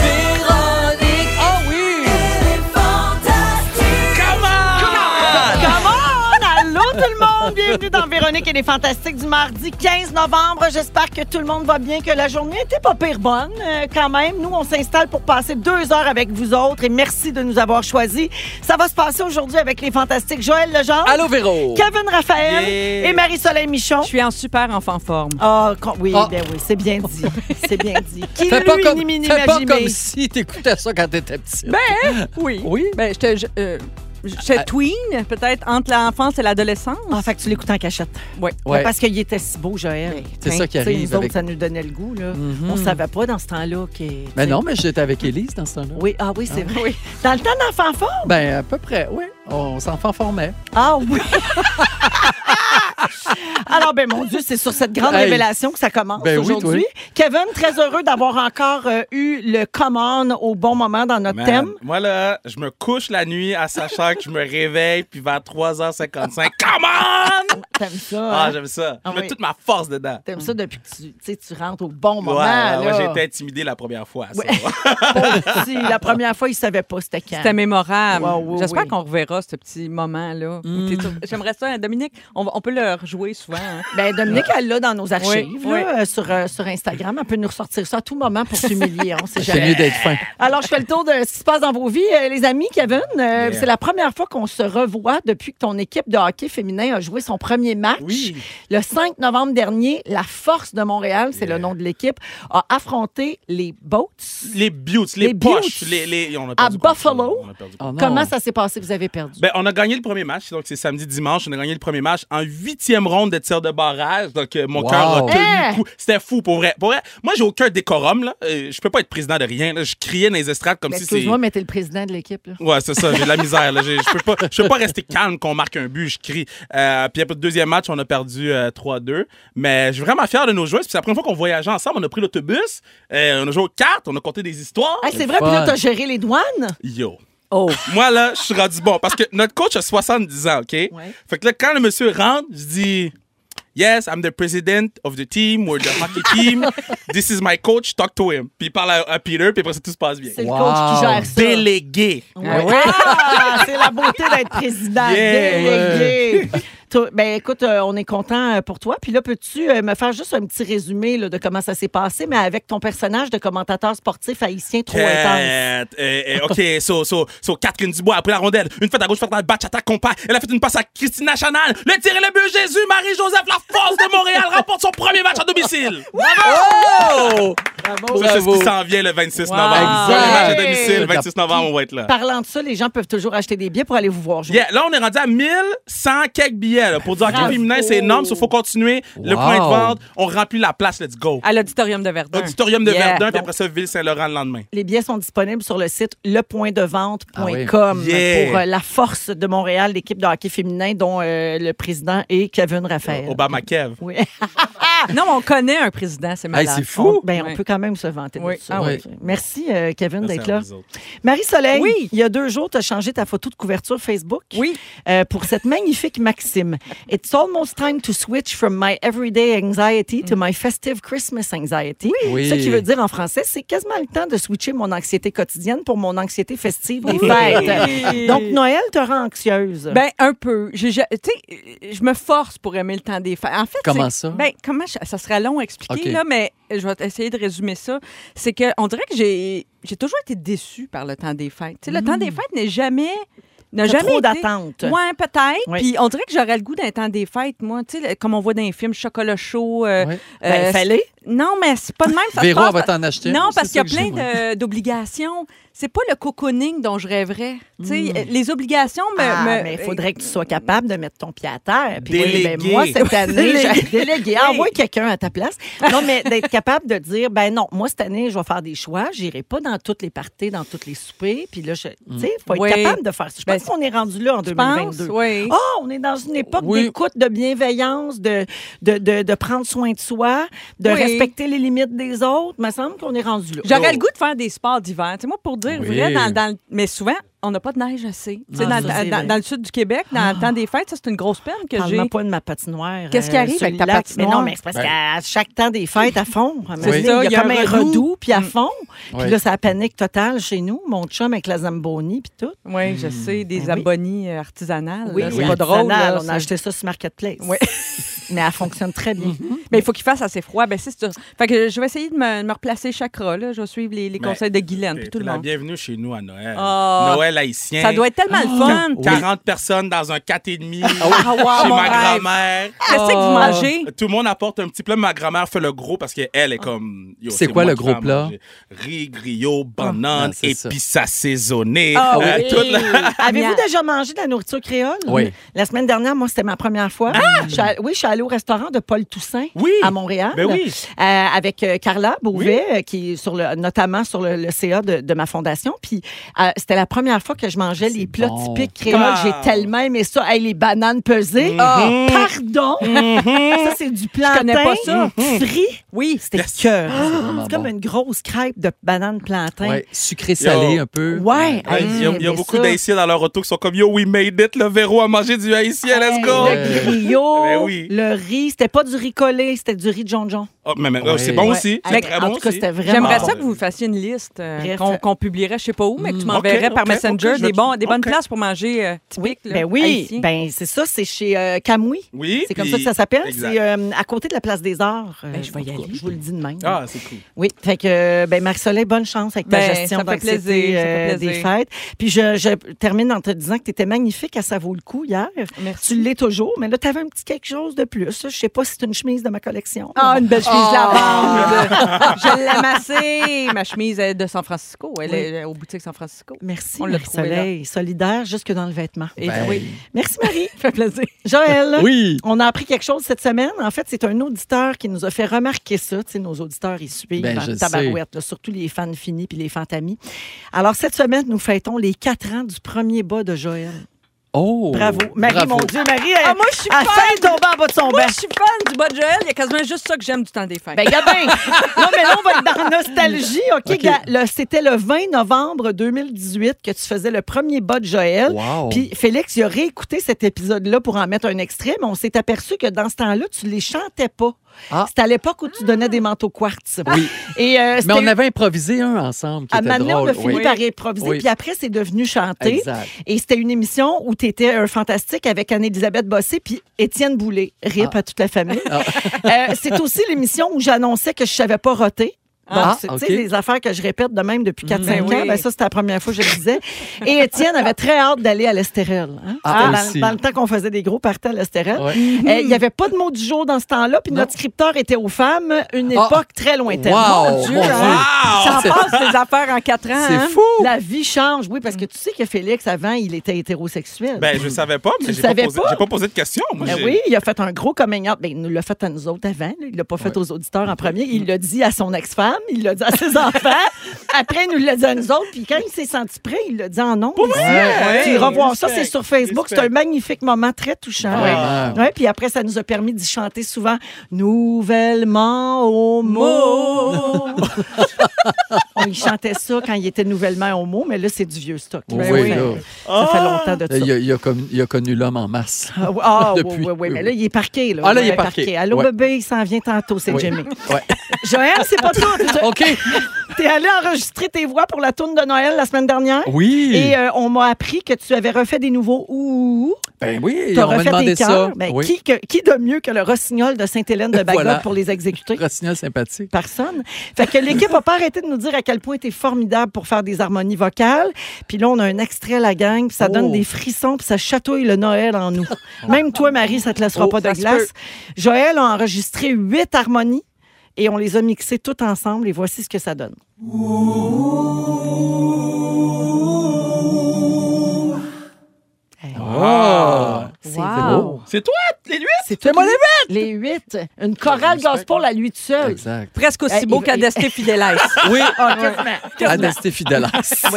Véronique, oh oui! Come on! Allô tout le monde, bienvenue dans Véronique et les Fantastiques du mardi 15 novembre. J'espère que tout le monde va bien, que la journée était pas pire bonne euh, quand même. Nous, on s'installe pour passer deux heures avec vous autres et merci de nous avoir choisis. Ça va se passer aujourd'hui avec les Fantastiques Joël Legendre, Allô, Véro! Kevin Raphaël Yeah. et Marie-Soleil Michon. Je suis en super enfant forme. Ah, con- oui, Ah. bien oui, c'est bien dit. C'est bien dit. Qui Fais pas, lui, comme, ni- ni fais pas imaginé. comme si t'écoutais ça quand t'étais petite. Ben, oui. Oui. Ben, j'étais je- euh, j'étais tween, peut-être, entre l'enfance et l'adolescence. Ah, fait que tu l'écoutes en cachette. Oui. Ouais. Parce qu'il était si beau, Joël. C'est Ben, ça qui tu sais, arrive Nous autres, avec- ça nous donnait le goût. Là. Mhm. On savait pas dans ce temps-là. que- tu Mais sais, Ben non, mais j'étais avec Élise dans ce temps-là. Oui, ah oui, c'est vrai. Dans le temps d'enfant fort? Ben, à peu près, oui. On s'en fanformait. Ah oui! Alors, ben mon Dieu, c'est sur cette grande Hey. révélation que ça commence Ben oui, aujourd'hui. Kevin, très heureux d'avoir encore euh, eu le commande au bon moment dans notre Man, thème. Moi, là, je me couche la nuit à sachant que je me réveille, puis vers 3h55, come on! T'aimes ça, Ah, hein? j'aime ça. Ah Je mets oui. toute ma force dedans. T'aimes ça depuis que tu, tu sais, tu rentres au bon Ouais, moment. ouais, ouais, là. j'ai été intimidé la première fois. ça. Pauvre petit, la première fois, il savait pas c'était quand. C'était mémorable. Wow, oui, J'espère oui. qu'on reverra ce petit moment-là. où t'es sur- J'aimerais ça, hein, Dominique. On, va- on peut le rejouer souvent. hein. Ben, Dominique, elle l'a dans nos archives Oui, là, euh, sur, euh, sur Instagram. Elle peut nous ressortir ça à tout moment pour s'humilier. On sait C'est jamais. mieux d'être fin. Alors, je fais le tour de ce qui se passe dans vos vies. Euh, les amis, Kevin, euh, c'est la première fois qu'on se revoit depuis que ton équipe de hockey féminin a joué son premier match. Oui. Le 5 novembre dernier, la Force de Montréal, c'est le nom de l'équipe, a affronté les Boats. Les beauts, les, Les poches. beauts. Les, les- on a À perdu contre ça, Buffalo. on a perdu Oh non. Comment ça s'est passé? Vous avez perdu. Ben, on a gagné le premier match, donc c'est samedi, dimanche. On a gagné le premier match en huitième ronde de tir de barrage. Donc, euh, mon Wow. cœur a tenu Hein? le coup. C'était fou, pour vrai. Pour vrai, moi, j'ai aucun décorum, là. Euh, je peux pas être président de rien. là. Je criais dans les estrades comme Ben, si c'est. Excuse-moi, mais t'es le président de l'équipe. là. Ouais, c'est ça, j'ai de la misère. Là. J'ai- Je peux pas, je peux pas rester calme qu'on marque un but, je crie. Euh, puis après le deuxième match, on a perdu euh, 3-2. Mais je suis vraiment fier de nos joueurs. Puis c'est la première fois qu'on voyageait ensemble. On a pris l'autobus, euh, on a joué aux cartes, on a conté des histoires. Ah, c'est vrai, puis là, t'as géré les douanes? Yo. Oh. Moi, là, je suis rendu bon parce que notre coach a 70 ans, OK? Fait que là, quand le monsieur rentre, je dis Yes, I'm the president of the team, we're the hockey team. This is my coach, talk to him. Puis il parle à, à Peter, puis après ça, tout se passe bien. C'est Wow. le coach qui gère ça. Délégué. Euh, Ouais. Ah, c'est la beauté d'être président. Yeah. Délégué. Toi- Ben écoute, euh, on est content euh, pour toi. Puis là, peux-tu euh, me faire juste un petit résumé là, de comment ça s'est passé, mais avec ton personnage de commentateur sportif haïtien trop intense. Quête. Euh, euh, OK, so, so, so, Catherine Dubois après la rondelle. Une fête à gauche, Fernand Bachata compas. Elle a fait une passe à Christina Chanal. Le tir et le but, Jésus, Marie-Joseph, la force de Montréal remporte son premier match à domicile. Oh! Ça, c'est ce Bravo. qui s'en vient le 26 Wow. novembre. Premier match à Exact. domicile, 26 novembre, on va être là. Parlant de ça, les gens peuvent toujours acheter des billets pour aller vous voir jouer. Yeah, là, on est rendu à 1100 quelques billets. là. Pour dire que Bravo. féminin, c'est énorme. Il faut continuer. Le Wow. point de vente, on remplit la place. Let's go. À l'auditorium de Ah. Verdun. Auditorium de Yeah. Verdun, puis Donc, après ça, Ville-Saint-Laurent le lendemain. Les billets sont disponibles sur le site lepointdevente.com Ah oui. Yeah. pour euh, la force de Montréal, l'équipe de hockey féminin dont euh, le président est Kevin Raphaël. Obama Kev. Oui. Ah, Non, mais on connaît un président, c'est malade. c'est fou. On, ben, Ouais. on peut quand même se vanter Oui. de ça. Ah oui. Merci, euh, Kevin, Merci d'être à là. vous autres. Marie-Soleil, Oui. il y a deux jours, tu as changé ta photo de couverture Facebook Oui. euh, pour cette magnifique maxime. It's almost time to switch from my everyday anxiety to my festive Christmas anxiety. Oui. Ce qui veut dire en français, c'est quasiment le temps de switcher mon anxiété quotidienne pour mon anxiété festive des Oui. fêtes. Donc, Noël te rend anxieuse. Ben, un peu. J'ai- j'ai- Tu sais, je me force pour aimer le temps des fêtes. En fait, Comment c'est- ça? Ben, comment je- ça sera long à expliquer, OK. là, mais je vais essayer de résumer ça. C'est que on dirait que j'ai j'ai toujours été déçue par le temps des fêtes. Tu sais, Le temps Mm. des fêtes n'est jamais. N'a T'as jamais trop été- d'attentes. Ouais, peut-être. Oui. Puis on dirait que j'aurais le goût d'un temps des fêtes, moi. Tu sais, le- comme on voit dans les films, chocolat chaud. euh, Ouais. Ben, euh, fallait. Non, mais c'est pas de même. Ça se Véro, passe. elle va t'en acheter. Non, C'est parce ça qu'il y a que j'ai, plein moi. de- d'obligations. C'est pas le cocooning dont je rêverais. Tu sais, Hmm. euh, Les obligations me. Ah, me- mais il faudrait que tu sois capable de mettre ton pied à terre. Puis Déléguer. oui, ben, moi, cette année, j'ai délégué. Oui. Envoie quelqu'un à ta place. Non, mais d'être capable de dire, ben non, moi, cette année, je vais faire des choix. J'irai pas dans toutes les parties, dans tous les soupers. Puis là, je- tu sais, il faut être Oui. capable de faire ça. Je Ben, pense qu'on est rendu là en Je pense, 2022. oui. Ah, on est dans une époque Oui. d'écoute, de bienveillance, de, de, de, de prendre soin de soi, de Oui. respecter les limites des autres. Il me semble qu'on est rendu là. J'aurais le goût de faire des sports d'hiver. Tu sais, moi, pour dire Oui. vrai, dans, dans le- mais souvent, on n'a pas de neige assez. Tu sais, Non, dans, ça, c'est dans- vrai. dans le sud du Québec, dans Ah. le temps des fêtes, ça, c'est une grosse peine que j'ai. Parle-moi pas de ma patinoire. Qu'est-ce qui euh, arrive sur avec ta le lac. patinoire? Mais non, mais c'est parce Ben- qu'à chaque temps des fêtes, à fond. À un moment donné, ça, il y a comme un redout, puis à Mm. fond. Ouais. Puis là, c'est la panique totale chez nous. Mon chum avec la Zamboni, puis tout. Oui, Hmm. je sais, des Ben oui. abonnés euh, artisanales. là, c'est oui, pas drôle. artisanal. là, on c'est- a acheté ça sur Marketplace. Oui. Mm-hmm. mais elle fonctionne très bien. Mais il faut qu'il fasse assez froid. Ben, c'est ça. Fait que je vais essayer de me, de me replacer chakra. Là. Je vais suivre les, les Ben, Mais conseils de Guylaine puis tout Ben, T'es le la monde. bienvenue chez nous à Noël. Ah. Noël haïtien. Ça doit être tellement le Ah! fun. Qu- 40 personnes dans un 4,5 Ah, wow, chez mon ma rêve. grand-mère. Qu'est-ce que vous mangez? Tout le monde apporte un petit plat. mais Ma grand-mère fait le gros parce qu'elle Ah. est comme. yo, C'est quoi moi le qui gros vais plat? manger. Riz, griot, banane, Ah, c'est ça. épices assaisonnées. Ah oui. euh, toute la- Avez-vous Miam. déjà mangé de la nourriture créole? Oui. La semaine dernière, moi, c'était ma première fois. Je suis allée- oui, je suis allée au restaurant de Paul Toussaint Ah! Oui. à Montréal. Ben oui. Euh, avec euh, Carla Beauvais, euh, qui est sur le, notamment sur le, le CA de, de ma fondation. Puis euh, c'était la première fois que je mangeais les plats bon. typiques créoles. Wow. J'ai tellement aimé ça. Hey, les bananes pesées. Ah, pardon! ça, c'est du plantain. Mm-hmm. connais pas ça. Frit. Oui. C'était Yes. cœur. vraiment C'est comme bon. une grosse crêpe de bananes plantain. Ouais, sucré salé un peu. Ouais. Ah Ouais, hey, Il y a, il y a mais beaucoup ça, d'Haïtiens dans leur auto qui sont comme Yo, we made it, le verrou a mangé du haïtien, let's go! Ouais. Le griot, Ben oui. le riz, c'était pas du riz collé, c'était du riz de John John. Oh, mais, mais, Ouais. C'est bon Ouais. aussi, c'est Hey, très en bon tout cas, aussi. c'était vraiment J'aimerais bon. ça que vous fassiez une liste euh, Bref. qu'on qu'on publierait, je sais pas où, mais que tu Ok, m'enverrais ok, par Messenger ok, je vais- des, bons, des bonnes ok. places pour manger euh, Oui, typiques. là, ben oui, haïtiens. ben c'est ça, c'est chez euh, Camoui. Oui. C'est comme puis- ça que ça s'appelle. Exact. C'est euh, à côté de la place des Arts. Euh, Ben, je vais y en tout cas, aller. Je vous le dis de même. Ah, c'est cool. Oui. Fait que, euh, ben, Marcelin, bonne chance avec ta Ben, gestion ça fait d'anxiété, plaisir, ça fait euh, des plaisir. fêtes. Puis je, je termine en te disant que tu étais magnifique à Ça vaut le coup hier. Merci. Tu l'es toujours, mais là, tu avais un petit quelque chose de plus. Je sais pas si c'est une chemise de ma collection. Ah, une belle chemise Oh. lavande. je l'ai amassée. Ma chemise est de San Francisco. Elle Oui. est euh, au boutique San Francisco. Merci, On l'a trouvé, Marcelin. Solidaire jusque dans le vêtement. Et Ben, oui, Merci, Marie. ça fait plaisir. Joël. Oui. On a appris quelque chose cette semaine. En fait, c'est un auditeur qui nous a fait remarquer ça. Tu sais, nos auditeurs, ils suivent Ben, en je le tabarouette, là, surtout les fans finis puis les fantamis. Alors, cette semaine, nous fêtons les quatre ans du premier bas de Joël. Oh. Bravo. Marie, mon Dieu, Marie, elle, Ah, moi, je suis elle fan. fait tomber en bas de son Moi, bain. je suis fan du bas de Joël. Il y a quasiment juste ça que j'aime du temps des fêtes. Ben, regarde bien. Non, mais là, on va être dans la nostalgie. OK, gars? Le- c'était le 20 novembre 2018 que tu faisais le premier bas de Joël. Wow. Puis Félix, il a réécouté cet épisode-là pour en mettre un extrait, mais on s'est aperçu que dans ce temps-là, tu les chantais pas. Ah. C'était à l'époque où tu donnais des manteaux quartz. Oui. Et euh, Mais c'était- on avait improvisé un ensemble qui à était Mané, on drôle. a fini oui. par improviser, Oui. puis après, c'est devenu chanter. Exact. Et c'était une émission où tu étais un fantastique avec Anne-Élisabeth Bossé puis Étienne Boulay. Rip Ah. à toute la famille. Ah. Euh, c'est aussi l'émission où j'annonçais que je savais pas roter. Donc, Ah, c'est- ok. Mm, tu sais, les affaires que je répète de même depuis 4-5 Ben ans, oui. ben ça, c'était la première fois que je le disais. Et Étienne avait très hâte d'aller à l'Estérel. hein. Ah, Dans- aussi. dans, le temps qu'on faisait des gros parties à l'Estérel. Ouais. Euh, Il n'y avait pas de mot du jour dans ce temps-là, puis notre scripteur était aux femmes, une Ah. époque très lointaine. Wow, mon hein. Dieu. Ça en C'est- passe des affaires en quatre ans. C'est hein. fou. La vie change, oui, parce que tu sais que Félix, avant, il était hétérosexuel. Ben, je savais pas, mais le j'ai pas, savais posé- pas? j'ai pas posé de questions. Moi, Ben j'ai- oui, il a fait un gros coming out. Ben, il nous l'a fait à nous autres avant. là. Il l'a pas fait aux auditeurs en premier. Il l'a dit à son ex-femme, il l'a dit à ses enfants. Après, il nous l'a dit à nous autres. Puis quand il s'est senti prêt, il l'a dit en nom. vrai? Tu iras voir ça, Respect. c'est sur Facebook. C'est un Respect. magnifique moment très touchant. Ah. Ouais, puis après, ça nous a permis d'y chanter souvent Nouvellement homo. On y chantait ça quand il était nouvellement homo, mais là, c'est du vieux stock. oui, Ça là. fait- Ça fait longtemps de Ah, ça. Euh, Il a, il a connu, il a connu l'homme en masse. Ah, oui, ah, oui, Depuis. oui, oui, mais là, il est parqué. Là. Ah, là, il est Ouais, parqué. Allô, Ouais. bébé, il s'en vient tantôt, c'est Oui. Jimmy. Ouais. Joël, c'est pas tout. Je- OK. T'es allé enregistrer tes voix pour la tourne de Noël la semaine dernière. Oui. Et euh, on m'a appris que tu avais refait des nouveaux ouh. ben oui, Tu as on m'a refait demandé tes ça. cœurs. Ben, oui. qui, que- qui de mieux que le rossignol de Sainte-Hélène de Bagotte Voilà. pour les exécuter? Rossignol sympathique. personne. Fait que l'équipe n'a pas arrêté de nous dire à quel point t'es formidable pour faire des harmonies vocales. Puis là, on a un extrait, la gang, puis ça Oh. donne des frissons, puis ça chatouille le Noël en nous. Même toi, Marie, ça te laissera Oh, pas de ça se glace. peut. Joël a enregistré huit harmonies. et on les a mixés tout ensemble et voici ce que ça donne. Wow. C'est toi, les lui? C'est moi les huit! Les huit. Une chorale gospel à lui tout seul. Exact. Presque aussi Eh, beau il- qu'Adesté Fidelis. Oui, Ah, quasiment. Anasté Fidelas.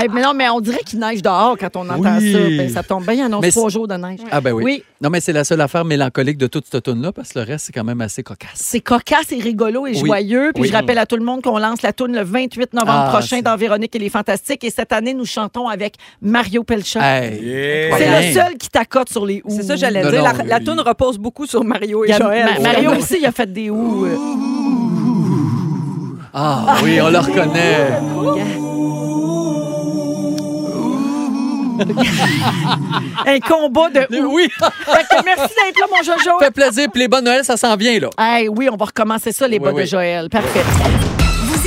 Eh, mais non, mais on dirait qu'il neige dehors quand on entend Oui. ça. Ben, ça tombe bien, il y en a Mais trois c'est- jours de neige. Ah ben oui. Oui. Non, mais c'est la seule affaire mélancolique de toute cette tune là parce que le reste, c'est quand même assez cocasse. C'est cocasse et rigolo et Oui. joyeux. Puis Oui. je rappelle à tout le monde qu'on lance la tourne le 28 novembre Ah, prochain c'est- dans Véronique et les Fantastiques. Et cette année, nous chantons avec Mario Pelcha. Hey. Yeah. C'est Incroyable. le seul qui t'accote sur les oues. C'est ça, j'allais Non, dire. non, la la oui. toune repose beaucoup sur Mario Il y et a- Joël. Ma- Mario aussi, il a fait des oues. Ah oui, on le reconnaît. Un combat de oues. Oui, Fait que merci d'être là, mon Jojo. fait plaisir. Puis les bonnes Noël, ça s'en vient, là. Hey, oui, on va recommencer ça, les Oui, bas de oui. Joël. Parfait. Vous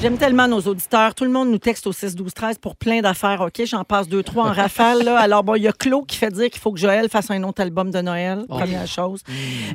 J'aime tellement nos auditeurs. Tout le monde nous texte au 6 12 13 pour plein d'affaires. OK, j'en passe deux trois en rafale là. Alors bon, il y a Claude qui fait dire qu'il faut que Joël fasse un autre album de Noël, première chose.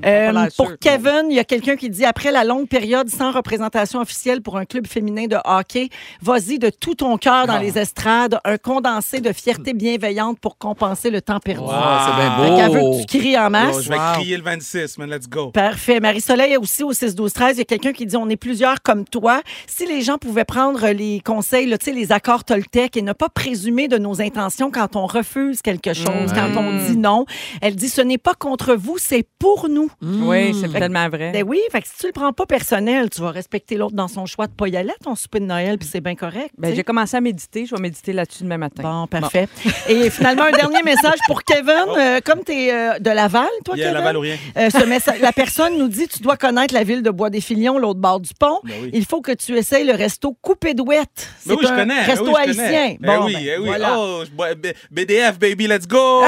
Euh, Pas l'air pour sûr, Kevin, il y a quelqu'un qui dit après la longue période sans représentation officielle pour un club féminin de hockey, vas-y de tout ton cœur dans les estrades, un condensé de fierté bienveillante pour compenser le temps perdu. Ah, c'est bien Fait qu'elle veut que beau. tu cries en masse. Yo, je vais crier le 26, man. Let's go. Parfait. Marie-Soleil aussi au 6-12-13. Il y a quelqu'un qui dit on est plusieurs comme toi. Si les gens pouvaient prendre euh, les conseils, là, tu sais, les accords Toltec et ne pas présumer de nos intentions quand on refuse quelque chose, quand on dit non. Elle dit ce n'est pas contre vous, c'est pour nous. Oui, c'est tellement vrai. Ben oui, fait que si tu le prends pas personnel, tu vas respecter l'autre dans son choix de pas y aller à ton souper de Noël, puis c'est bien correct. tu Ben, sais. j'ai commencé à méditer. Je vais méditer là-dessus demain matin. Bon, parfait. Et finalement, un dernier message pour Kevin. Euh, comme tu es de Laval, toi, Yeah, Kevin? Laval ou rien. Euh, ce messa- la personne nous dit tu dois connaître la ville de Bois-des-Filions, l'autre bord du pont. Ben oui. Il faut que tu essayes le resto coupé douette. C'est Ben oui, je un connais. resto ben oui, je connais. haïtien. Ben Bon, oui, ben, ben oui. voilà. Oh, je bois- B- BDF, baby, let's go.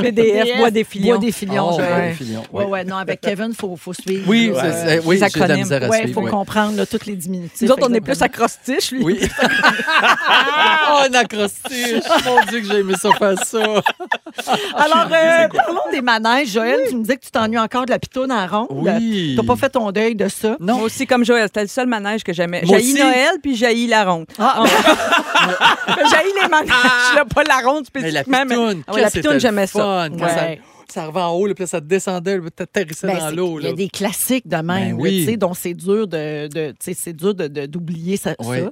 BDF, Bois des Filions. Bois-des-Filions, Oh, je- ouais, ouais. les filions, oui. Ouais, ouais, non, avec Kevin, il faut, faut suivre. Oui, là. c'est- Euh, c'est- oui, les j'ai de la acronymes. misère à ouais, il suivre, faut oui. comprendre là, toutes les diminutifs. Nous autres, on est exactement. plus acrostiche, lui. Oui. oh, un acrostiche. Mon Dieu, que j'ai aimé ça faire ça. Alors, euh, parlons des manèges. Joël, tu me disais que tu t'ennuies encore de la pitoune en ronde. Oui. T'as pas fait ton deuil de ça. Non. Moi aussi, comme Joël, c'était le seul manège que j'aimais. Moi J'ai aussi. Noël, puis j'ai la ronde. Ah, j'ai les manèges, là, pas la ronde Ah! Mais la spécifiquement. pitoune, Ah ouais, qu'est-ce la que c'était pitoune, le j'aimais ça. fun, quand Ouais. ça. Ça revient en haut, là, puis là, ça descendait, puis t'atterrissais Ben, dans c'est l'eau. qu'il y a là. des classiques de même, Ben là, oui. tu sais, dont c'est dur de, de tu sais, c'est dur de- de- d'oublier ça. Oui. ça.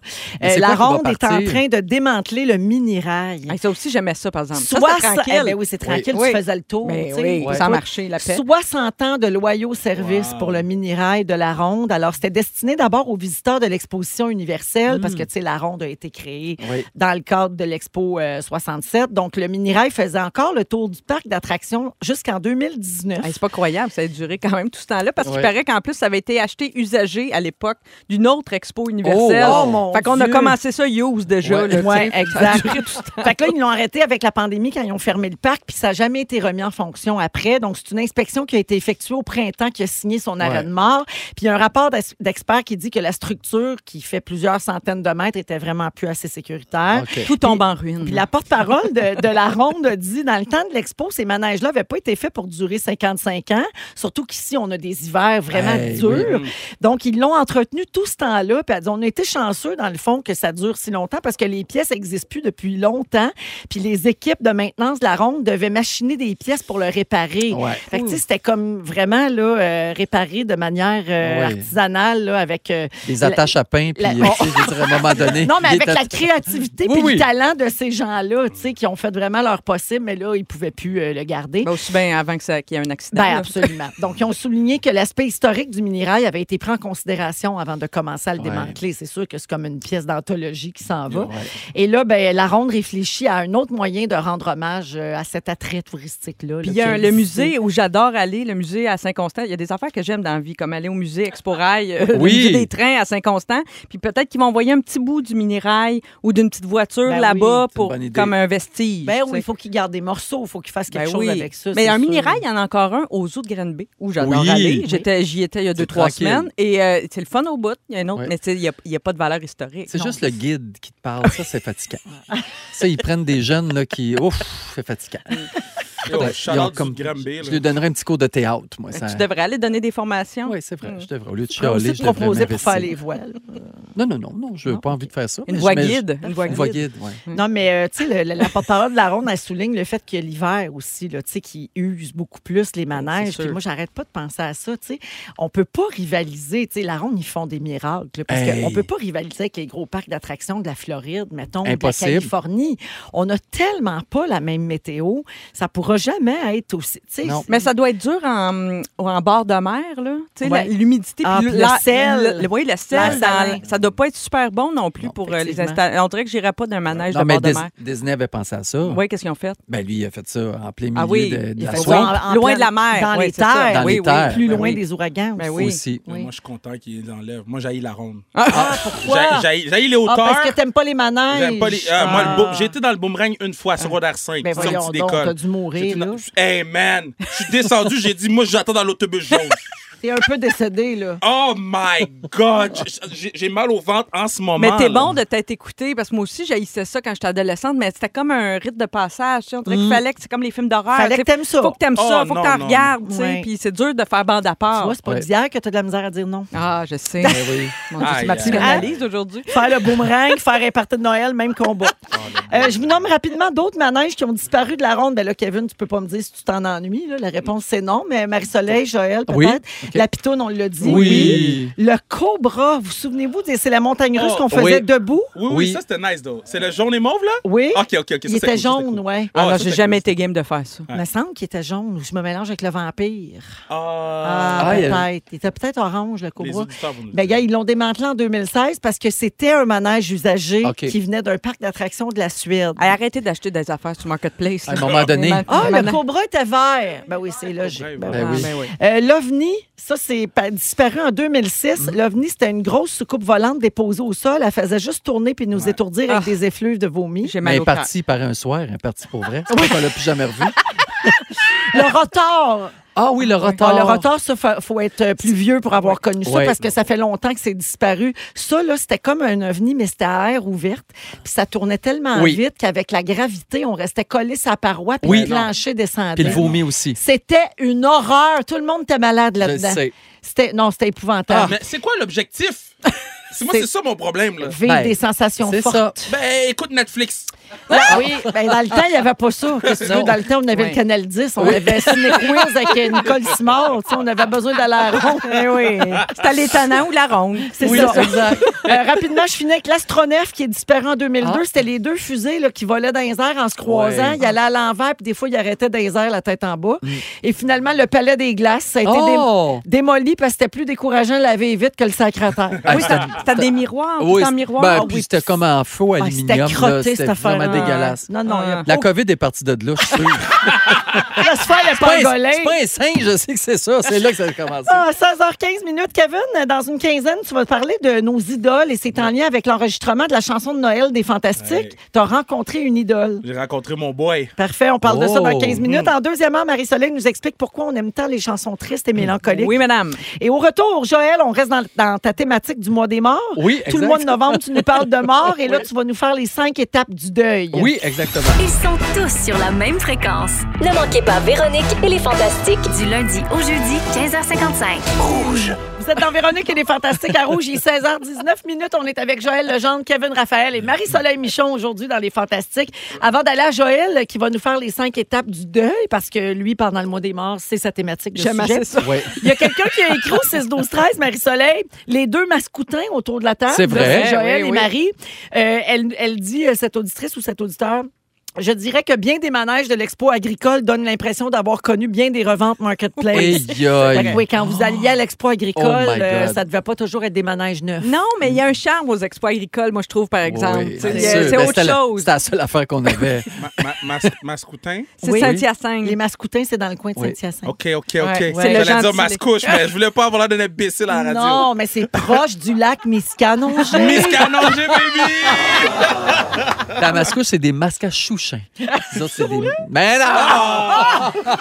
Mais Euh, c'est la quoi qui va ronde est en partir? train de démanteler le mini rail. Hey, ça aussi, j'aimais ça, par exemple. Ça, Soit c'était ça- tranquille. eh ben oui, c'est tranquille, Oui. tu faisais le tour. Mais tu sais. oui, Ouais. ça a marché, la paix. 60 ans de loyaux services Wow. pour le mini-rail de la Ronde. Alors, c'était destiné d'abord aux visiteurs de l'exposition universelle parce Mm. que, tu sais, la Ronde a été créée Oui. dans le cadre de l'Expo euh, 67. Donc, le mini-rail faisait encore le tour du parc d'attractions jusqu'en 2019. Hey, c'est pas croyable, ça a duré quand même tout ce temps-là parce qu'il Ouais. paraît qu'en plus, ça avait été acheté usagé à l'époque d'une autre expo universelle. Oh, wow. mon fait qu'on a Dieu. commencé ça use déjà. Ouais. là, tu sais. Ouais, Ça a exact. duré tout ce temps. Fait que là, ils l'ont arrêté avec la pandémie quand ils ont fermé le parc, puis ça n'a jamais été remis en fonction après. Donc, c'est une inspection qui a été effectuée au printemps qui a signé son arrêt Ouais. de mort. Puis, il y a un rapport d'ex- d'experts qui dit que la structure, qui fait plusieurs centaines de mètres, était vraiment plus assez sécuritaire. OK. Tout tombe en ruine. Puis la porte-parole de, de la ronde a dit, dans le temps de l'expo, ces manèges-là n'avaient pas été faits pour durer 55 ans, surtout qu'ici, on a des hivers vraiment Hey, durs. Donc, ils l'ont entretenu tout ce temps-là. Puis elle dit, on a été chanceux, dans le fond, que ça dure si longtemps parce que les pièces n'existent plus depuis longtemps. Puis les équipes de maintenance de la ronde devaient machiner des pièces pour le réparer. Ouais. Fait que, tu sais, c'était comme vraiment là, euh, réparé de manière euh, Ouais. artisanale là, avec... euh, Des attaches à pain, puis la- euh, tu sais, je veux dire, à un moment donné. non, mais il avec était- la créativité Oui, puis le oui. talent de ces gens-là, tu sais, qui ont fait vraiment leur possible, mais là, ils pouvaient plus euh, le garder. Ben, aussi bien avant que ça- qu'il y ait un accident. Ben là. absolument. Donc, ils ont souligné que l'aspect historique du mini-rail avait été pris en considération avant de commencer à le démanteler. C'est sûr que c'est comme une pièce d'anthologie qui s'en va. Et là, ben, la Ronde réfléchit à un autre moyen de rendre hommage euh, à cet attrait touristique-là. Puis là, il y a un- qui le existe. musée où j'adore aller, le musée à Saint-Constant. Il y a des affaires que j'aime dans la vie, comme aller au musée Expo Rail, euh, le Oui. musée des trains à Saint-Constant. Puis peut-être qu'ils vont envoyer un petit bout du mini-rail ou d'une petite voiture Ben oui, là-bas c'est une pour bonne idée. comme un vestige. Ben tu oui, sais. il faut qu'ils gardent des morceaux, il faut qu'ils fassent quelque Ben chose oui. avec ça. là, Mais c'est un sûr. minéral, il y en a encore un aux eaux de Granby, où j'adore Oui. aller. J'étais, j'y étais il y a deux, trois tranquille. semaines. Et euh, c'est le fun au bout. Il y a un autre, Ouais. mais tu sais, il n'y a, il y a pas de valeur historique. C'est Non. juste le guide qui te parle. Ça, c'est fatigant. ça, ils prennent des jeunes là, qui. Ouf, c'est fatigant. Yo, Ils shout-out ont Oh, du comme- Granby, là. Je lui donnerais un petit cours de théâtre, Euh, moi. Ça... Tu devrais aller donner des formations. Oui, c'est vrai. Mm. Je devrais. Au lieu de On va hein? Ah, aussi chialer, te je devrais proposer pour faire m'investir. les voiles. Non, non, non, non. Je n'ai pas envie de faire ça. Une mais voix je mets- guide. Une voix Une voix guide, guide. oui. Non, mais euh, tu sais, le- le- la porte-parole de la ronde, elle souligne le fait que l'hiver aussi, là, tu sais, qui use beaucoup plus les manèges. sûr. Puis moi, j'arrête pas de penser à ça, tu sais. On peut pas rivaliser, tu sais, la ronde, ils font des miracles, là, parce Hey. qu'on peut pas rivaliser avec les gros parcs d'attractions de la Floride, mettons, Impossible. de la Californie. On a tellement pas la même météo, ça pourra jamais être aussi, tu sais. Non. Mais ça doit être dur en, en bord de mer, là. Tu sais, Ouais. la- l'humidité. Ah, puis puis le la- sel. Le, oui, le sel. Le dans- salin. ça doit pas être super bon non plus Non, pour euh, les effectivement. installations. On dirait que j'irais pas d'un manège Non, de mais bord de Dis- mer. Disney avait pensé à ça. Oui, qu'est-ce qu'ils ont fait? Ben lui, il a fait ça en plein milieu Ah oui, de, de il la fait ça soirée. en- en Loin plein- de la mer. Dans Oui, les c'est ça. terres. Dans oui, les oui. terres. Plus Ben loin oui. des ouragans Ben aussi. oui. Aussi. Oui. Moi, je suis content qu'ils l'enlèvent. Moi, j'haïs la ronde. Ah, Pourquoi? J'haïs- J'haïs j'haïs les Ah, hauteurs. parce que t'aimes pas les manèges. J'aime pas les- ah, moi, le boom- Ah. J'ai été dans le boomerang une fois, secondaire 5. Ben c'est un voyons petit donc, décolle. t'as dû mourir, J'étais dans- là. Hey, man! Je suis descendu, j'ai dit, moi, j'attends dans l'autobus jaune. T'es un peu décédé, là. Oh my God! J'ai- J'ai mal au ventre en ce moment. Mais t'es là. bon de t'être écouté parce que moi aussi j'haïssais ça quand j'étais adolescente, mais c'était comme un rite de passage. tu sais. On dirait qu'il fallait que c'est comme les films d'horreur. Mm. Fallait tu sais. que t'aimes ça. Ah, Faut que t'aimes Oh, ça, faut non, que t'en non, regardes, tu sais. Ouais. Puis c'est dur de faire bande à Tu part. vois, c'est pas Ouais. d'hier que t'as de la misère à dire non. Ah, je sais. Ben oui. Mon Dieu, c'est ma Aïe, psychanalyse aujourd'hui. Faire le boomerang, faire un party de Noël, même combat. Oh, Euh, je vous nomme rapidement d'autres manèges qui ont disparu de la ronde. Ben là, Kevin, tu peux pas me dire si tu t'en ennuies. là. La réponse, c'est non. Mais Marie-Soleil, Joël, peut-être. Oui, ok. La pitoune, on l'a dit. Oui. Le cobra, vous souvenez-vous? C'est la montagne russe Oh, qu'on faisait oui. debout. Oui, oui, Oui. ça, c'était nice, though. C'est le jaune et mauve, là? Oui. Ok, ok, ok. ça, Il c'était était cool, ça, c'était jaune, cool. ouais. Ah, Ouais, non, ça, j'ai c'était jamais été game de faire ça. Il me semble qu'il était jaune ou je me mélange avec le vampire. Ah. Ah, Ah, il y peut-être. avait- Il était peut-être orange, le Les cobra. auditeurs vont nous Ben, dire. gars, ils l'ont démantelé en 2016 parce que c'était un manège usagé OK. qui venait d'un parc d'attractions de la Suède. Allez, arrêtez d'acheter des affaires sur Marketplace. À un là. moment donné. Ma- Ah, le ma- cobra était vert. Ben oui, c'est logique. est Ben vert. oui. oui. ben oui. Euh, L'OVNI, ça, c'est pa- disparu en 2006. Mhm. L'OVNI, c'était une grosse soucoupe volante déposée au sol. Elle faisait juste tourner puis nous étourdir avec Ah. des effluves de vomi. J'ai Mais mal elle au Ben, est cœur. partie par un soir, elle est partie pour vrai. C'est pas qu'on l'a plus jamais revu. Le rotor. Ah oui, le Ah, retard. le rotor, ça, fa- faut être euh, plus vieux pour avoir connu ça Ouais. parce que ça fait longtemps que c'est disparu. Ça, là, c'était comme un ovni, mais c'était à air ouverte. Puis ça tournait tellement Oui. vite qu'avec la gravité, on restait collé sa paroi puis Oui. le plancher Puis le descendait. vomi aussi. C'était une horreur. Tout le monde était malade Je là-dedans. sais. C'était, non, c'était Ah, épouvantable. mais c'est quoi l'objectif? C'est moi, C'est- c'est ça mon problème, là. Vivre Ben, des sensations C'est fortes. ça. Ben, écoute Netflix. Ah oui, ben, dans le temps, il n'y avait pas ça. Qu'est-ce que tu veux? Non. Dans le temps, on avait le Oui. Canal 10, on avait Ciné Quiz avec Nicole Simard. Tu sais, On avait besoin d'aller à la ronde. Eh oui. C'était l'étonnant ou la ronde. C'est Oui, ça. c'est ça. Euh, rapidement, je finis avec l'astronef qui est disparu en 2002. Ah. C'était les deux fusées là, qui volaient dans les airs en se Ouais. croisant. Mm. Ils allaient à l'envers, puis des fois, ils arrêtaient dans les airs, la tête en bas. Et finalement, le palais des glaces, ça a été dé- Oh! démoli parce que c'était plus décourageant de laver vite que le sacre-terre. Ah, Oui, c'était- t'as t'as des miroirs. tout Oui, en c'est- miroir. ben, Ah puis oui. c'était comme en faux Ah, aluminium. c'était là. crotté, cette C'était affaire. vraiment dégueulasse. Ah. Non, non, il y a La COVID est partie de là, je suis sûr. pas de se faire le C'est pas un- pangolin. c'est pas un singe, je sais que c'est ça. C'est là que ça a commencé. Ah, 16h15 minutes, Kevin. Dans une quinzaine, tu vas parler de nos idoles et c'est en lien avec l'enregistrement de la chanson de Noël des Fantastiques. Ouais. Tu as rencontré une idole. J'ai rencontré mon boy. Parfait, on parle de ça dans Oh. 15 minutes. Mm. En deuxième heure, Marie-Soleil nous explique pourquoi on aime tant les chansons tristes Mm. et mélancoliques. Oui, madame. Et au retour, Joël, on reste dans, dans ta thématique du mois des morts. Oui, Tout le exact. mois de novembre, tu nous parles de mort et là, tu vas nous faire les cinq étapes du deuil. Oui, exactement. Ils sont tous sur la même fréquence. Ne manquez pas Véronique et les Fantastiques. Du lundi au jeudi, 15h55. Vous êtes dans Véronique et les Fantastiques à Rouge. Il est 16h19 minutes. On est avec Joël Legendre, Kevin Raphaël et Marie-Soleil Michon aujourd'hui dans les Fantastiques. Avant d'aller à Joël, qui va nous faire les cinq étapes du deuil, parce que lui, pendant le mois des morts, c'est sa thématique de J'aime sujet. assez ça. Oui. Il y a quelqu'un qui a écrit au 6 12 13 Marie-Soleil, les deux mascoutins autour de la table. C'est vrai. Ben là, Joël Oui, et oui. Marie. Euh, elle, elle dit, euh, cette auditrice ou cet auditeur, je dirais que bien des manèges de l'expo agricole donnent l'impression d'avoir connu bien des reventes marketplace. Aïe, Fait que aïe. oui, quand vous alliez à l'expo agricole, Oh my euh, God. ça devait pas toujours être des manèges neufs. Non, mais il y a un charme aux exploits agricoles, moi, je trouve, par exemple. Oui, Tu sais, bien C'est sûr. c'est Ben, autre c'était la- chose. C'était la seule affaire qu'on avait. Ma, ma, ma, ma scoutin. C'est Oui. Saint-Hyacinthe. Les mascoutins, c'est dans le coin de Oui. Saint-Hyacinthe. Mm. OK, OK, OK. ouais. C'est le J'allais dire gentil. mascouche, mais je voulais pas avoir l'air d'un imbécile à la radio. Non, mais c'est proche du lac Miscanongé. Miss Canon, j'ai baby! La mascouche, c'est des masques à chouchous. Beauchamp. Les autres, c'est des. Mais Ah, non!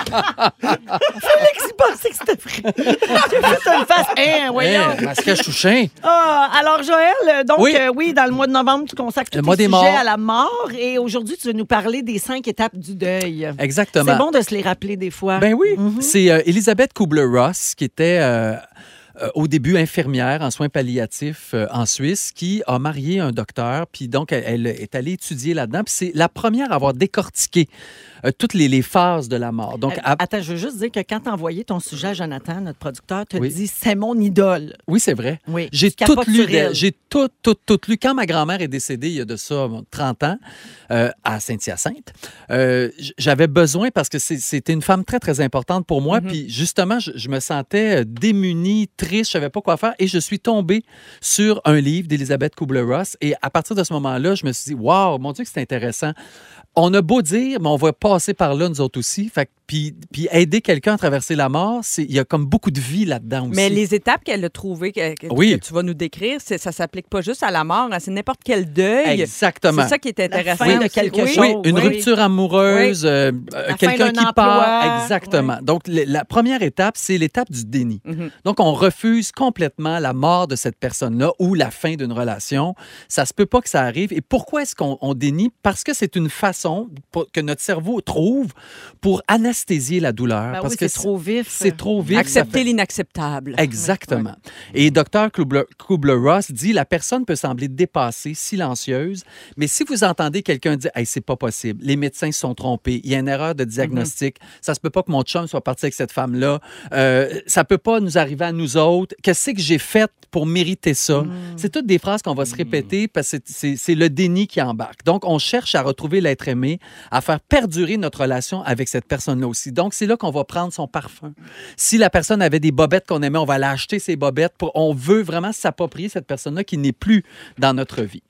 Félix, il pensait que c'était vrai. J'ai fait une face. Hein, Eh. voyons. Hey, Mascache Touchin. Ah, alors, Joël, euh, donc, Oui. euh, oui, dans le mois de novembre, tu consacres Le tout mois tes des sujets morts. à la mort. Et aujourd'hui, tu veux nous parler des cinq étapes du deuil. Exactement. C'est bon de se les rappeler des hein? fois. Ben oui, Mm-hmm. c'est euh, Elisabeth Kubler-Ross qui était euh, euh, au début infirmière en soins palliatifs euh, en Suisse, qui a marié un docteur, puis donc elle, elle est allée étudier là-dedans, puis c'est la première à avoir décortiqué euh, toutes les, les phases de la mort. Donc, Euh, à- Attends, je veux juste dire que quand t'as envoyé ton sujet à Jonathan, notre producteur, te Oui. dit c'est mon idole. oui, c'est vrai. Oui. J'ai Tu capotes tout lu. sur d'elle. elle. J'ai tout, tout, tout lu. Quand ma grand-mère est décédée, il y a de ça bon, 30 ans, euh, à Saint-Hyacinthe, euh, j- j'avais besoin, parce que c'est- c'était une femme très, très importante pour moi, puis justement, je, je me sentais euh, démunie, triste, je savais pas quoi faire, et je suis tombée sur un livre d'Elisabeth Kubler-Ross, et à partir de ce moment-là, je me suis dit, wow, mon Dieu, que c'est intéressant. On a beau dire, mais on va passer par là, nous autres aussi. Fait, que- puis, puis aider quelqu'un à traverser la mort, c'est- il y a comme beaucoup de vie là-dedans aussi. Mais les étapes qu'elle a trouvées, que, que- Oui. que tu vas nous décrire, c'est- ça s'applique pas juste à la mort, hein, c'est n'importe quel deuil. Exactement. C'est ça qui est intéressant. fin de aussi. quelque Oui. chose. Oui, une oui. rupture amoureuse, euh, euh, fin quelqu'un d'un qui emploi. part. Exactement. Donc, le- la première étape, c'est l'étape du déni. Mhm. Mm-hmm. Donc, on refuse complètement la mort de cette personne-là ou la fin d'une relation. Ça se peut pas que ça arrive. Et pourquoi est-ce qu'on on dénie? Parce que c'est une façon pour- que notre cerveau trouve pour anesthésier la douleur. Ben parce oui, que c'est trop vif. C'est trop vite. Accepter l'inacceptable. Exactement. Et Dr. Kubler- Kubler-Ross dit la personne peut sembler dépassée, silencieuse, mais si vous entendez quelqu'un dire hey, c'est pas possible, les médecins se sont trompés, il y a une erreur de diagnostic, ça se peut pas que mon chum soit parti avec cette femme-là, euh, ça peut pas nous arriver à nous autres, qu'est-ce que j'ai fait pour mériter ça C'est toutes des phrases qu'on va se répéter parce que c'est- c'est c'est le déni qui embarque. Donc, on cherche à retrouver l'être aimé, à faire perdurer notre relation avec cette personne-là aussi. Donc, c'est là qu'on va prendre son parfum. Si la personne avait des bobettes qu'on aimait, on va aller acheter ces bobettes. Pour, on veut vraiment s'approprier cette personne-là qui n'est plus dans notre vie.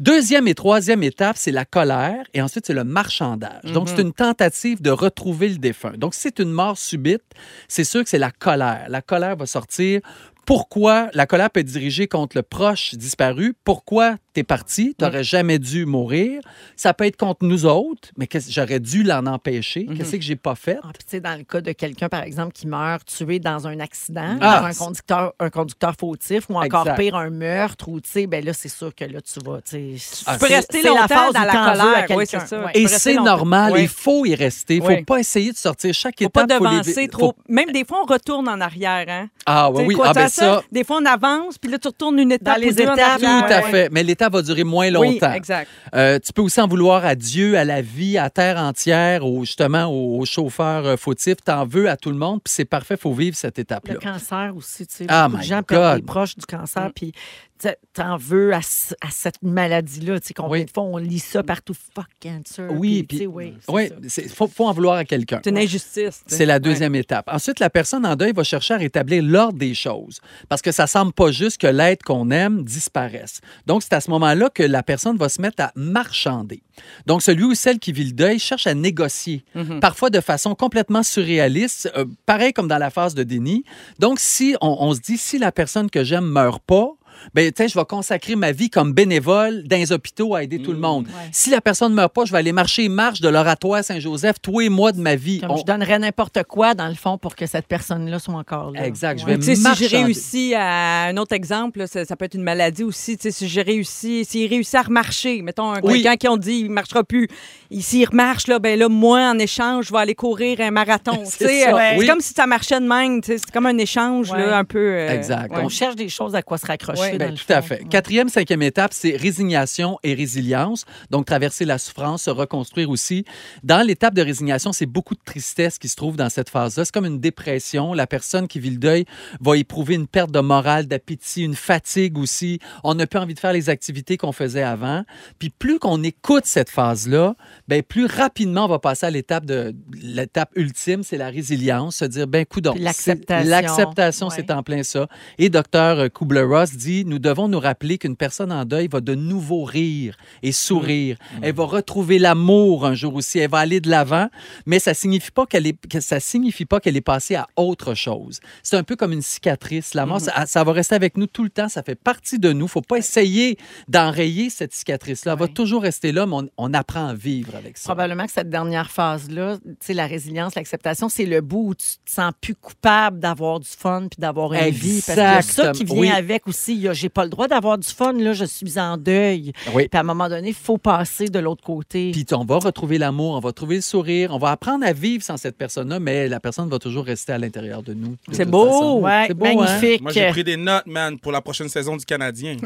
Deuxième et troisième étape, c'est la colère et ensuite c'est le marchandage. Mhm. Donc c'est une tentative de retrouver le défunt. Donc si c'est une mort subite, c'est sûr que c'est la colère. La colère va sortir. Pourquoi la colère peut être dirigée contre le proche disparu? Pourquoi t'es parti? Mhm. T'aurais jamais dû mourir. Ça peut être contre nous autres, mais qu'est-ce- j'aurais dû l'en empêcher. Mhm. Qu'est-ce que j'ai pas fait? Ah, puis tu sais, dans le cas de quelqu'un, par exemple, qui meurt tué dans un accident, Ah, par un c'est- conducteur, un conducteur fautif, ou encore Exact. pire, un meurtre, ou tu sais, ben là, c'est sûr que là, tu vas, tu sais, Ah, Tu peux c'est- rester c'est la longtemps phase dans où la t'en veux à colère. Oui, quelqu'un. c'est ça. Ouais. Tu Et peux ben, rester c'est longtemps. normal, Oui. il faut y rester. Il ne faut Oui. pas essayer de sortir chaque Faut pas étape. les- devancer faut- trop. Même des fois, on retourne en arrière. Hein? Ah Tu ouais, sais, oui, quoi, ah, tu ben as ça, Des fois, on avance, puis là, tu retournes une étape Dans les ou deux en étapes, arrière. tout à Ouais. fait. Mais l'état va durer moins Oui, longtemps. exact. Euh, tu peux aussi en vouloir à Dieu, à la vie, à terre entière, au, justement au, au chauffeur euh, fautif. T'en veux à tout le monde, puis c'est parfait, faut vivre cette Le étape-là. cancer aussi, tu sais. Ah, beaucoup de my gens perdent God. des proches du cancer, Mm. puis tu- t'en veux à, ce- à cette maladie-là. Tu sais, combien Oui. de fois on lit ça partout? Fuck cancer. Oui, tu sais, puis- oui. c'est Oui, ça. il faut, faut en vouloir à quelqu'un. C'est une injustice. tu sais. C'est la deuxième étape. Ensuite, la personne en deuil va chercher à rétablir l'ordre des choses parce que ça semble pas juste que l'être qu'on aime disparaisse. Donc, c'est à ce moment-là que la personne va se mettre à marchander. Donc, celui ou celle qui vit le deuil cherche à négocier, Mhm. parfois de façon complètement surréaliste, euh, pareil comme dans la phase de déni. Donc, si on, on se dit, si la personne que j'aime meurt pas, ben, tiens, je vais consacrer ma vie comme bénévole dans les hôpitaux à aider tout Mmh, le monde. Si la personne ne meurt pas, je vais aller marcher marche de l'oratoire Saint-Joseph tous les mois de ma vie. Comme On- je donnerais n'importe quoi, dans le fond, pour que cette personne-là soit encore là. Exact, je Ouais. vais Tu sais, si marchander. j'ai réussi à un autre exemple, là, ça, ça peut être une maladie aussi. Tu sais, si j'ai réussi, s'il réussit à remarcher, mettons un Oui. quelqu'un qui on dit il marchera plus, il- s'il remarche là, ben là moi en échange je vais aller courir un marathon. Tu C'est sais, ça, euh, oui. C'est comme si ça marchait de même. tu sais, C'est comme un échange Ouais. là, un peu. euh, Exact. ouais. On cherche des choses à quoi se raccrocher. Ouais, dans Ben, le tout à fond. fait. Quatrième, cinquième étape, c'est résignation et résilience. Donc, traverser la souffrance, se reconstruire aussi. Dans l'étape de résignation, c'est beaucoup de tristesse qui se trouve dans cette phase-là. C'est comme une dépression. La personne qui vit le deuil va éprouver une perte de morale, d'appétit, une fatigue aussi. On n'a plus envie de faire les activités qu'on faisait avant. Puis plus qu'on écoute cette phase-là, ben plus rapidement on va passer à l'étape de l'étape ultime, c'est la résilience, se dire ben coudon. Puis l'acceptation. L'acceptation, c'est Ouais. en plein ça. Et docteur Kubler-Ross dit dit Nous devons nous rappeler qu'une personne en deuil va de nouveau rire et sourire. Elle va retrouver l'amour un jour aussi. Elle va aller de l'avant, mais ça signifie pas qu'elle est, que ça signifie pas qu'elle est passée à autre chose. C'est un peu comme une cicatrice. La mort, ça, ça va rester avec nous tout le temps. Ça fait partie de nous. Faut pas essayer d'enrayer cette cicatrice-là. Elle va toujours rester là, mais on, on apprend à vivre avec ça. Probablement que cette dernière phase-là, tu sais, la résilience, l'acceptation, c'est le bout où tu te sens plus coupable d'avoir du fun puis d'avoir une vie. Parce que ça qui vient Exactement. Oui. avec aussi, il y a, j'ai pas le droit d'avoir du fun, là, je suis en deuil. Oui. Puis à un moment donné, il faut passer de l'autre côté. Puis on va retrouver l'amour, on va trouver le sourire, on va apprendre à vivre sans cette personne-là, mais la personne va toujours rester à l'intérieur de nous. de C'est toute beau. façon. Ouais, C'est beau, hein? magnifique. Moi, j'ai pris des notes, man, pour la prochaine saison du Canadien.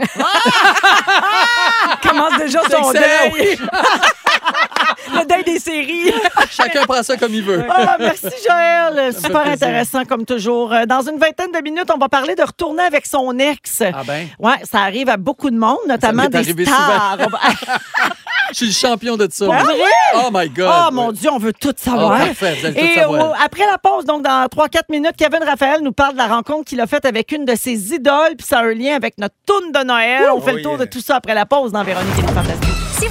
commence déjà son excellent, deuil. le deuil des séries. Chacun prend ça comme il veut. Ah, merci Joël, super plaisir. intéressant comme toujours. Euh, Dans une vingtaine de minutes, on va parler de retourner avec son ex. Ah ben, Ouais, ça arrive à beaucoup de monde, notamment m'est des arrivé stars. On va- je suis le champion de ça. Pour vrai? Oh my God. Ah, Ouais. mon Dieu, on veut tout Ah, savoir. parfait, vous allez Et tout savoir. euh, après la pause, donc dans 3-4 minutes, Kevin Raphaël nous parle de la rencontre qu'il a faite avec une de ses idoles, puis ça a un lien avec notre toune de Noël. On fait Oh le tour yeah. de tout ça après la pause dans Véronique et les Fantastiques. Si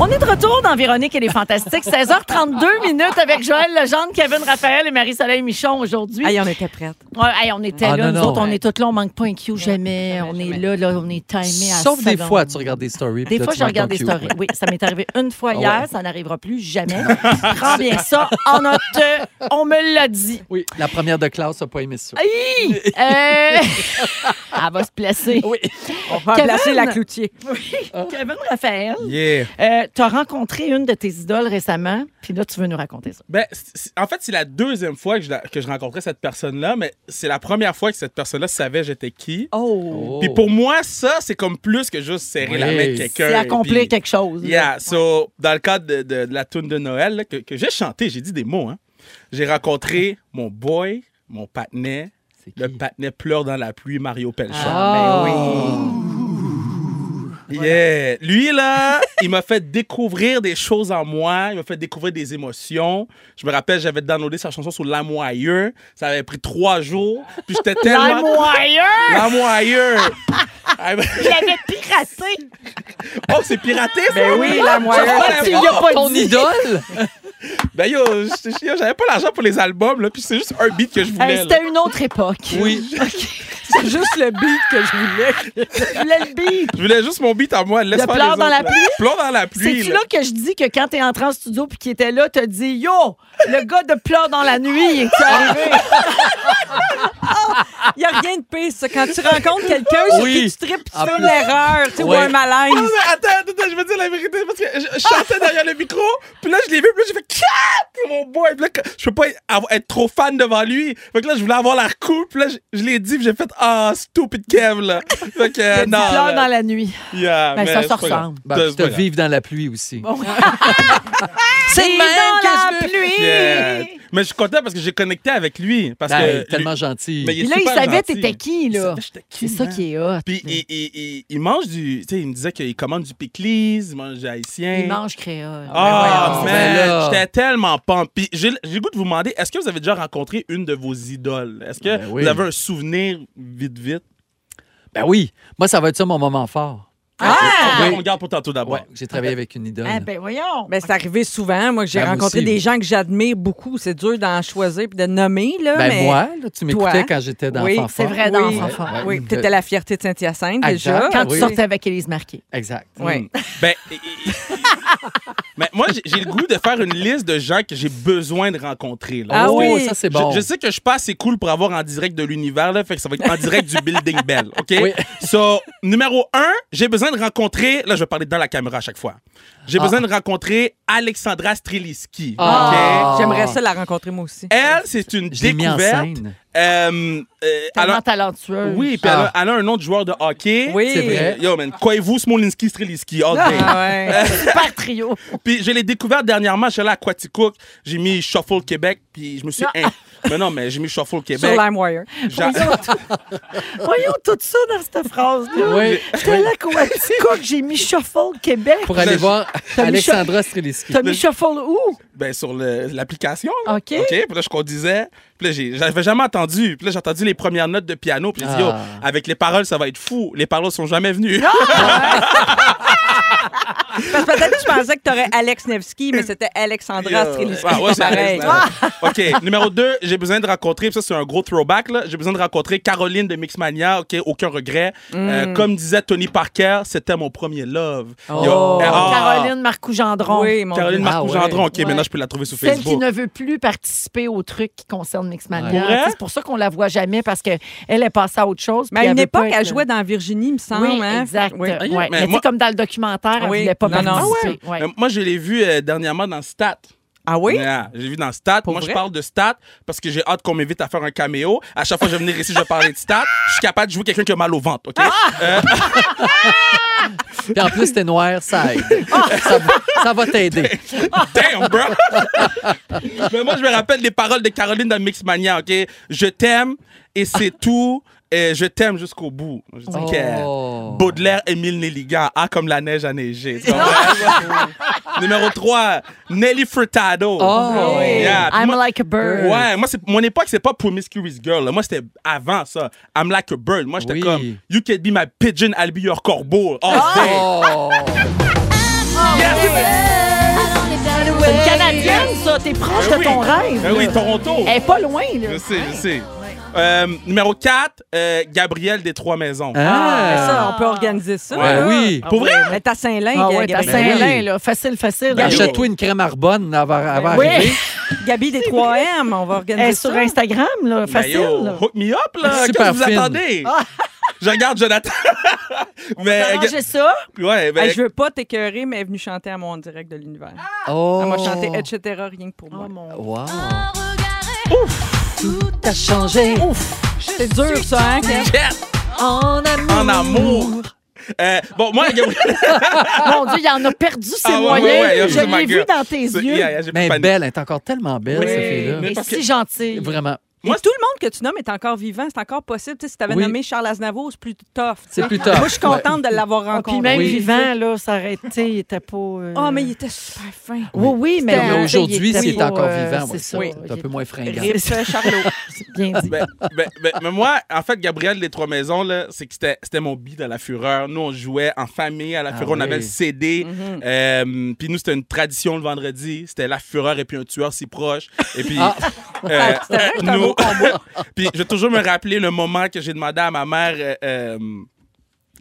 On est de retour dans Véronique et les Fantastiques, 16h32 minutes avec Joël Legendre, Kevin Raphaël et Marie-Soleil Michon aujourd'hui. Aïe, on était prêtes. Ouais, hey, on était Ah, là, non, nous non. autres, on est toutes là, on manque pas un cue jamais. on est là, là, on est timé à Sauf des seconde. fois, tu regardes des stories. puis Des là, fois, tu je manques regarde ton des cue. stories. Oui, ça m'est arrivé une fois Ah hier, ouais. ça n'arriva plus jamais. Prends bien ça en note. euh, On me l'a dit. Oui, la première de classe n'a pas aimé ça. Hi! Euh, Elle va se placer. Oui. On va Kevin! placer la cloutier. Kevin Raphaël, Yeah. euh, tu as rencontré une de tes idoles récemment, puis là, tu veux nous raconter ça. Ben, c- c- en fait, c'est la deuxième fois que je, la- que je rencontrais cette personne-là, mais c'est la première fois que cette personne-là savait j'étais qui. Oh. Puis pour moi, ça, c'est comme plus que juste serrer la Oui. main de quelqu'un. C'est accomplir puis- quelque chose. là. Yeah, so, dans le cadre de, de- de la tune de Noël là, que, que j'ai chanté, j'ai dit des mots. Hein. J'ai rencontré mon boy, mon patinet. C'est qui? Le patinet pleure dans la pluie, Mario Pelchon. Ah, ben Oh. Yeah. Lui, là, il m'a fait découvrir des choses en moi. Il m'a fait découvrir des émotions. Je me rappelle, j'avais downloadé sa chanson sur L'âme ou ailleurs. Ça avait pris trois jours. Puis j'étais Lime tellement... Wire! L'âme ou ailleurs. Ah, ben- Il avait piraté! oh, c'est piraté, ça? Ben oui, l'âme ou ailleurs. Tu l'as Ah, pas Ton dit. idole? Ben yo, j'étais- yo, j'avais pas l'argent pour les albums, là, puis c'est juste un beat que je Hey, voulais. là. C'était une autre époque. Oui. C'est juste le beat que je voulais. Je voulais le beat. Je voulais juste mon beat à moi. Laisse Le faire pleur les dans autres, la là. pluie? Pleur dans la pluie. C'est-tu là que je dis que quand t'es entré en studio puis qu'il était là, t'as dit Yo, le gars de pleurs dans la nuit est arrivé. Il n'y a rien de pire, ça. Quand tu rencontres quelqu'un, sur Oui. qui tu tripes, tu En fais une plus. erreur, tu sais, ou Ouais. Ah. un Non, malaise. mais attends, attends, attends, je veux dire la vérité parce que je, je chantais Ah. derrière le micro, puis là je l'ai vu, puis là j'ai fait Quatre! mon boy, puis là que- je peux pas av- être trop fan devant lui. Fait que là je voulais avoir la coupe, puis là je, je l'ai dit, puis j'ai fait ah stupid Kev là. Fait que T'as euh, dit non. pleurs là. dans la nuit. Yeah, Ben, mais ça se c'est pas grave. ressemble. Ben, C'est puis pas te grave. vivre dans la pluie aussi. C'est le même dans que la je veux. pluie. Yeah. Mais je suis content parce que j'ai connecté avec lui parce Ah, que il est lui- tellement gentil. mais Puis là, il super savait gentil. t'étais qui, Il là. savait j'étais qui, C'est ça man. qui est hot. Puis il, il- il- il mange du. Tu sais, il me disait qu'il commande du piclis, il mange du haïtien. Il mange créole. Ah, voyons, man, ben là. j'étais tellement pompe. Puis j'ai j'ai le goût de vous demander, est-ce que vous avez déjà rencontré une de vos idoles? Est-ce que Ben oui. vous avez un souvenir vite, vite? Ben oui, moi, ça va être ça mon moment fort. Ah! Oui. On garde pour tantôt d'abord. Ouais, j'ai travaillé avec une idole. Ah, ben voyons. Ben, c'est arrivé souvent. Moi, j'ai Ben, moi rencontré aussi. des gens que j'admire beaucoup. C'est dur d'en choisir puis de nommer. Là, Ben mais... moi, là, tu Toi. m'écoutais quand j'étais dans Oui, Fanfare. c'est vrai, dans Ouais, Fanfare. ouais. Oui, puis t'étais la fierté de Saint-Hyacinthe déjà. Exact. Quand tu oui. sortais avec Élise Marquet. Exact. Mm. Oui. Ben, et- et- mais moi, j'ai- j'ai le goût de faire une liste de gens que j'ai besoin de rencontrer. là. Ah Oh, oui. ça, c'est bon. Je, je sais que je passe, c'est cool pour avoir en direct de l'univers, là, fait que ça va être en direct du Building Bell, OK? Oui. So, numéro un, j'ai besoin de rencontrer, là, je vais parler dans la caméra à chaque fois. J'ai besoin de rencontrer Alexandra Streliski, Ah. OK? J'aimerais ça la rencontrer moi aussi. Elle, c'est une Je l'ai mis en découverte. scène. Euh, euh, Tellement alors- talentueuse. oui, puis elle a- Ah. elle, a, un nom de joueur de hockey. Euh, Oui. c'est vrai. Yo, man, croyez-vous, Smolinski, Streliski, all Eh, day. Ah ouais. Super trio. Puis je l'ai découvert dernièrement, je suis allé à Quaticook, j'ai mis Shuffle Québec, puis je me suis, in- Mais non, mais j'ai mis Shuffle eh, au Ah. Sur Québec. ben- LimeWire. J'a- Voyons tout ça dans cette phrase-là. Oui. J'étais là, quoi, petit coup que j'ai mis Shuffle Québec. Pour aller Mais- voir Alexandra Streliski. T'as mis Shuffle où? ben, sur le- l'application. là. OK. OK. Puis là, je conduisais. Puis là, j'ai- j'avais jamais entendu. Puis là, j'ai entendu les premières notes de piano. Puis j'ai dit, yo, Ah. avec les paroles, ça va être fou. Les paroles sont jamais venues. Parce que peut-être que je pensais que t'aurais Alex Nevsky, mais c'était Alexandra Yo. Strelitzky. Ah, ouais, c'est pas ça pareil. reste, là. OK. Numéro 2, j'ai besoin de rencontrer, puis ça, c'est un gros throwback, là. J'ai besoin de rencontrer Caroline de Mixmania. OK, aucun regret. Euh, comme disait Tony Parker, c'était mon premier love. Oh. eh, ah, Caroline Marcoux-Gendron. Oui, mon Caroline Dieu. Ah, Marcoux ouais. Gendron. OK, Ouais. maintenant, je peux la trouver sur Celle qui Facebook. ne veut plus participer aux trucs qui concernent Ouais. Mixmania. Pour vrai? C'est pour ça qu'on la voit jamais parce qu'elle est passée à autre chose. Mais puis à une veut pas époque, être- elle jouait dans Virginie, il me semble. Oui, hein? exact. Oui. Ouais. Mais Mais tu sais, moi- comme dans le documentaire, elle Oui. voulait pas Non, non. participer. Euh, Ouais. Moi, je l'ai vu euh, dernièrement dans Stat. Ah oui? Yeah, j'ai vu dans Stat. Pour Moi, je vrai? parle de Stat parce que j'ai hâte qu'on m'invite à faire un caméo. À chaque fois que je vais venir ici, je vais parler de Stat. Je suis capable de jouer quelqu'un qui a mal au ventre, OK? Euh, Puis en plus, t'es noir, ça aide. Ah! ça, va- ça va t'aider. damn, bro! Mais moi, je me rappelle des paroles de Caroline dans Mixmania, OK? Je t'aime et c'est tout. Et je t'aime jusqu'au bout. Je dis que Oh. Baudelaire, Émile Nelligan, ah, comme la neige à neiger. Tu comprends? Numéro 3, Nelly Furtado. Oh. Yeah. Puis I'm moi- like a bird. Ouais, moi, c'est, mon époque, c'est pas Promiscuous Girl. là. Moi, c'était avant ça. I'm like a bird. Moi, j'étais Oui. comme You can be my pigeon, I'll be your corbeau. Oh, damn. Oh. C'est une Canadienne, ça. T'es proche Ben de ton oui. rêve. Eh Ben oui, là. Toronto. Elle est pas loin, là. Je sais, je sais. Euh, numéro 4, Gabriel des Trois Maisons. Ah, mais Ah. ça, on peut organiser ça. Ouais. là. Ben oui. Pour vrai? Mais t'as Saint-Lin, Ah ouais, Gabi, t'as Ben oui. Saint-Lin, là. Facile, facile. Ben, Gabi, Achète-toi une crème arbonne avant, avant Ben, Oui. d'arriver. Gabi des 3M, on va organiser Elle est ça. sur Oh, Instagram, là. Ben, Ah Facile. yo, là. hook me up, là. Qu'est-ce que Super vous fine. attendez? Je regarde Jonathan. mais, Arrangez ça. ouais, ben, Hey, je veux pas t'écœurer, mais elle est venue chanter à mon direct de l'univers. Oh. Elle m'a chanté etc. rien que Oh, pour moi. Wow. Ah. T'as changé. C'est dur, ça, hein? Kev? En amour. en amour. Euh, bon, moi, Gabriel. Ah, Mon Dieu, il en a perdu ses Ah, ouais, moyens. ouais, ouais, yeah, je she's my l'ai vu girl. dans tes C'est- yeux. yeah, yeah, j'ai Mais pas de panique. belle, elle est encore tellement belle, Oui. cette Mais fille-là. parce si que- gentille. Vraiment. Moi, Moi, tout le monde que tu nommes est encore vivant, c'est encore possible. Tu sais, si tu avais Oui. nommé Charles Aznavour, c'est plus tough. tu C'est sais. plus tough, Moi, je suis contente de l'avoir Ah, rencontré. puis même Oui. vivant, là, ça aurait été, il était pas... euh, Oh, mais il était super fin. Oui, oui, mais... Non, mais euh, aujourd'hui, il était s'il est pas, encore euh, vivant, ouais, C'est ça. oui, C'est un peu moins fringant. Rip, euh, Charlot. C'est bien dit. Ben, ben, ben, mais moi, en fait, Gabriel des Trois Maisons, là, c'est que c'était, c'était mon beat à la fureur. Nous, on jouait en famille à la Ah fureur. on avait le oui. CD. Mhm. Euh, puis nous, c'était une tradition le vendredi. C'était la fureur et puis un tueur si proche. Et puis, Ah. euh, C'était vrai que c'était un nous- beau combat. puis je vais toujours me rappeler le moment que j'ai demandé à ma mère. euh, euh,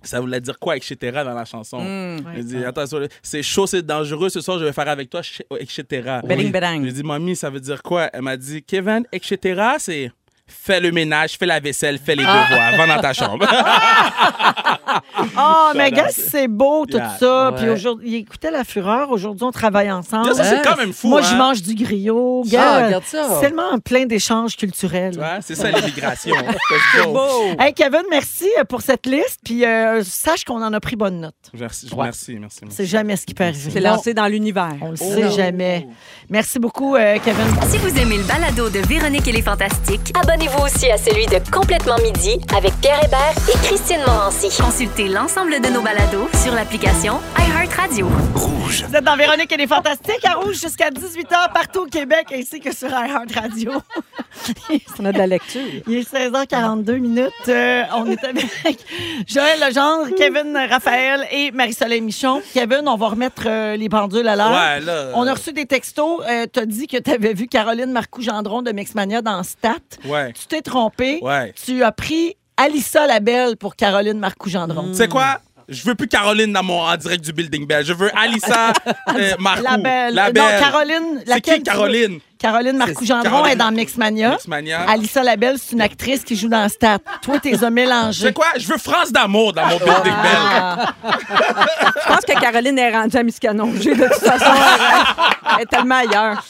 ça voulait dire quoi, etc. dans la Mm. chanson. Elle dit, attention, c'est chaud, c'est dangereux, ce soir, je vais faire avec toi, ch- etc. Belling, Oui. belling. Je lui ai dit, mamie, ça veut dire quoi? Elle m'a dit, Kevin, etc., c'est fais le ménage, fais la vaisselle, fais les devoirs, va dans ta chambre. Ah, Shout mais out. gars, c'est beau tout Yeah. ça. Ouais. Puis aujourd'hui, écoutez la fureur. Aujourd'hui, on travaille ensemble. Ça, ça, c'est quand même fou. Moi, hein? je mange du griot. Ah, Gars, regarde ça. c'est tellement plein d'échanges culturels. Tu vois, C'est ça, l'immigration. Beau. Hey, Kevin, merci euh, pour cette liste. Puis euh, sache qu'on en a pris bonne note. Merci, je vous Ouais. remercie, merci. merci. C'est jamais ce qui peut arriver. C'est lancé dans l'univers. On le Oh sait non. jamais. Merci beaucoup, euh, Kevin. Si vous aimez le balado de Véronique et les Fantastiques, Abonnez-vous aussi à celui de Complètement Midi avec Pierre Hébert et Christine Morancy. consultez l'ensemble de nos balados sur l'application iHeartRadio. Vous êtes dans Véronique et les Fantastiques à Rouge jusqu'à 18h partout au Québec ainsi que sur iHeartRadio. Radio. On a de la lecture. Il est 16h42 minutes. Euh, on est avec Joël Legendre, Kevin Raphaël et Marie-Soleil Michon. Kevin, on va remettre euh, les pendules à l'heure. Ouais, là. On a reçu des textos. Euh, T'as dit que t'avais vu Caroline Marcoux-Gendron de Mexmania dans Stat. Ouais. Tu t'es trompé. Ouais. Tu as pris Alissa Labelle pour Caroline Marcoux-Gendron. Tu sais quoi? Je veux plus Caroline dans mon, en direct du building bell. Je veux Alissa euh, Marcoux. Labelle. La Non, belle. Caroline. C'est laquelle qui, tu Caroline? veux? Caroline Marcoux-Gendron Caroline est dans Mexmania. Mixmania. hein. Alissa Labelle, c'est une actrice qui joue dans Stat. Toi, t'es un Tu sais mélangé. quoi? Je veux France d'amour dans mon building bell. Je pense que Caroline est rendue à Miscanon. J'ai de toute façon. euh, Elle est tellement ailleurs.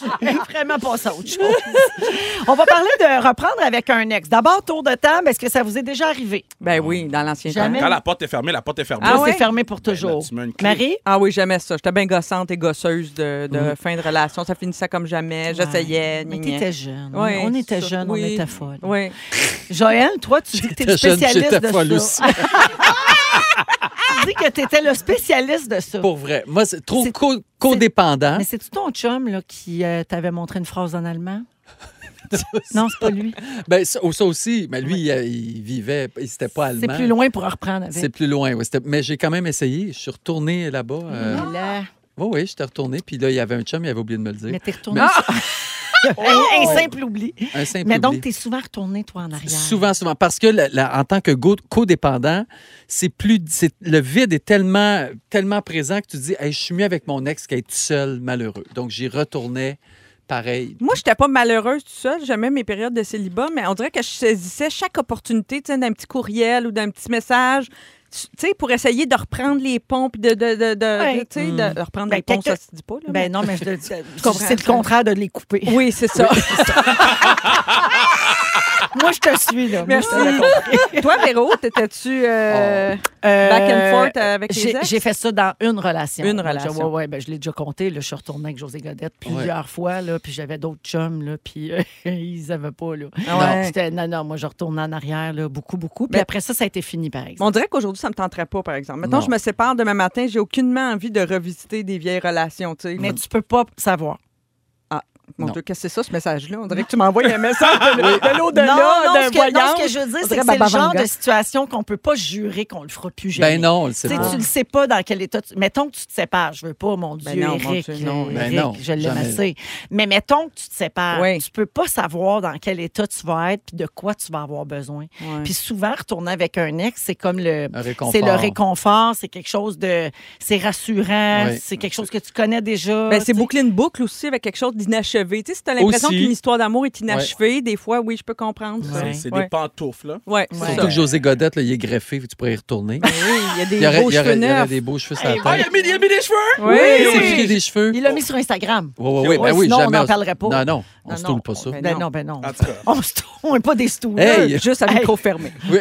Vraiment pas ça autre chose. On va parler de reprendre avec un ex. D'abord, tour de table, est-ce que ça vous est déjà arrivé? Ben oui, dans l'ancien temps. Jamais. Quand la porte est fermée, la porte est fermée. Ah Là, ouais? c'est fermé pour Ben, là, toujours. tu mets une clé. Marie? Ah oui, jamais ça. J'étais bien gossante et gosseuse de, de fin de relation. Ça finissait comme jamais. J'essayais. Ah, Mais gna, gna. t'étais jeune. Ouais, on était c'est ça. jeune, Oui. on était folle. Oui. Joël, toi, tu dis que t'es le J'étais jeune, spécialiste j'étais de folle ça. Ah. aussi. tu dis que t'étais le spécialiste de ça. Pour vrai. Moi, c'est trop C'est- co- codépendant. Mais c'est-tu ton chum là, qui euh, t'avait montré une phrase en allemand? non, c'est pas lui. Ben, ça, ça aussi, mais lui, il, euh, il vivait, il n'était pas allemand. C'est plus loin pour en reprendre avec. C'est plus loin, oui. C'était- Mais j'ai quand même essayé. Je suis retourné là-bas. euh, Mais là, Oui, oui, j'étais retourné. Puis là, il y avait un chum, il avait oublié de me le dire. Mm-hmm. mais t'es retourné. Mais- Un- un simple oubli. Un simple Mais donc, oubli. t'es souvent retourné, toi, en arrière. Souvent, souvent. Parce que la- la- en tant que go- codépendant, c'est plus, c'est- le vide est tellement, tellement présent que tu te dis, Hey, je suis mieux avec mon ex qu'à être seul, malheureux. Donc, j'y retournais pareil. Moi, j'étais pas malheureuse tout seul. J'aimais mes périodes de célibat, mais on dirait que je saisissais chaque opportunité, tu sais, d'un petit courriel ou d'un petit message, tu tu sais, pour essayer de reprendre les ponts puis de, de, de, de- Ouais. de- tu sais, de- de reprendre Ben, les ponts, quelqu'un- ça se dit pas. Là, Ben non, mais je, je- comprends. c'est le contraire de les couper. mais- Oui, c'est ça. Moi, je te suis, là. Moi, je Merci. te raconte. Toi, Véro, t'étais-tu Euh, euh, back and forth avec les J'ai ex? j'ai fait ça dans une relation. Une Donc, relation. Je, ouais, ouais, ben, je l'ai déjà compté. Là, je suis retournée avec José Godette plusieurs fois, là, puis j'avais d'autres chums, là, puis euh, ils avaient pas. Là. Ah ouais. Non, c'était- non, non, moi, je retournais en arrière là, beaucoup, beaucoup. Puis Mais- après ça, ça a été fini, par exemple. On dirait qu'aujourd'hui, ça me tenterait pas, par exemple. Maintenant, Non. je me sépare demain matin, j'ai aucunement envie de revisiter des vieilles relations, tu sais. Mais tu peux pas savoir. Mon Non. Dieu, qu'est-ce que c'est ça, ce message-là? On dirait que tu m'envoies un message de, de Non, non, l'au-delà, d'un ce que, non, voyage. ce que je veux dire, On c'est dirait que c'est Baba le genre Vanga. de situation qu'on peut pas jurer qu'on le fera plus jamais. Ben non, on le sait Tu sais, pas. tu le sais pas dans quel état. Tu... Mettons que tu te sépares. Je veux pas, mon Dieu, Ben non, mon Eric. Dieu, non, euh, ben Eric, non, je l'aime jamais. assez. Mais mettons que tu te sépares. Oui. Tu peux pas savoir dans quel état tu vas être puis de quoi tu vas avoir besoin. Ouais. Puis souvent, retourner avec un ex, c'est comme le. Un réconfort. C'est le réconfort, c'est quelque chose de. C'est rassurant, Oui. c'est quelque chose que tu connais déjà. Ben, c'est tu sais. boucler une boucle aussi avec quelque chose d'inachevé. Tu sais, si t'as l'impression Aussi. qu'une histoire d'amour est inachevée, des fois, oui, je peux comprendre ça. C'est Ouais. c'est Ouais. des pantoufles, là. Ouais, c'est Ouais. ça. Surtout que José Godette, là, il est greffé, tu pourrais y retourner. Ben oui, il y a des Il y aurait, beaux il y aurait- cheveux il y aurait neufs. des beaux cheveux sur la Ah, il a tête. mis, il a mis des cheveux! Oui. Il s'est piqué des cheveux. Il l'a mis sur Instagram. Oui, oui, oui. Ouais, Ben oui, sinon, on jamais. n'en parlerait pas. Non, non, on Non, se non, tourne pas ça. ben Ben non, ben non. En tout cas. On se tourne pas des stools. Hey! Juste à Hey. micro fermé. Oui.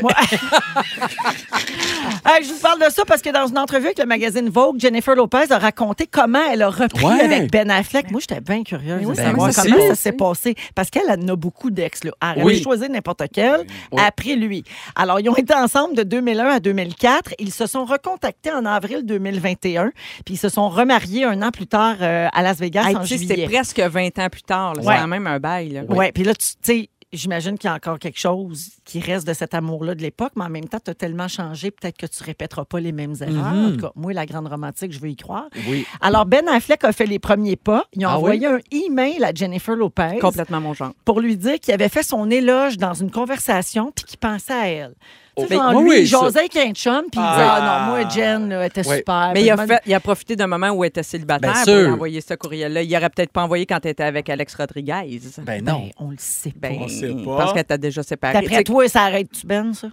Hey, je vous parle de ça parce que dans une entrevue avec le magazine Vogue, Jennifer Lopez a raconté comment elle a repris Ouais. avec Ben Affleck. Moi, j'étais bien curieuse Mais de oui, savoir comment comment ça ça, s'est s'est passé. Parce qu'elle elle en a beaucoup d'ex. là. Elle Oui. a choisi n'importe quel, après lui. Alors, ils ont été ensemble de 2001 à 2004. Ils se sont recontactés en avril 2021. Puis ils se sont remariés un an plus tard euh, à Las Vegas Hey, en tu sais, juillet. C'était presque 20 ans plus tard. là. Ouais. C'est quand même un bail. là. Ouais, puis là, tu tu sais, j'imagine qu'il y a encore quelque chose qui reste de cet amour-là de l'époque, mais en même temps, tu as tellement changé, peut-être que tu répéteras pas les mêmes erreurs. En tout cas, moi, la grande romantique, je veux y croire. Oui. Alors, Ben Affleck a fait les premiers pas. Ils ont Ah oui? envoyé un email à Jennifer Lopez Complètement mon genre. pour lui dire qu'il avait fait son éloge dans une conversation puis qu'il pensait à elle. Tu sais, Ben, genre, oui, lui, oui, il ça- jasait avec un chum, puis il disait Ah. Ah non, moi, Jen, là, elle était Oui. super. Mais il a, Puis, fait- il a profité d'un moment où elle était célibataire Bien pour lui sûr. envoyer ce courriel-là. Il aurait peut-être pas envoyé quand elle était avec Alex Rodriguez. Ben Ben, non. on le sait pas. Ben, On sait pas. Parce qu'elle t'a déjà séparé. D'après toi, ça arrête-tu, Ben, ça?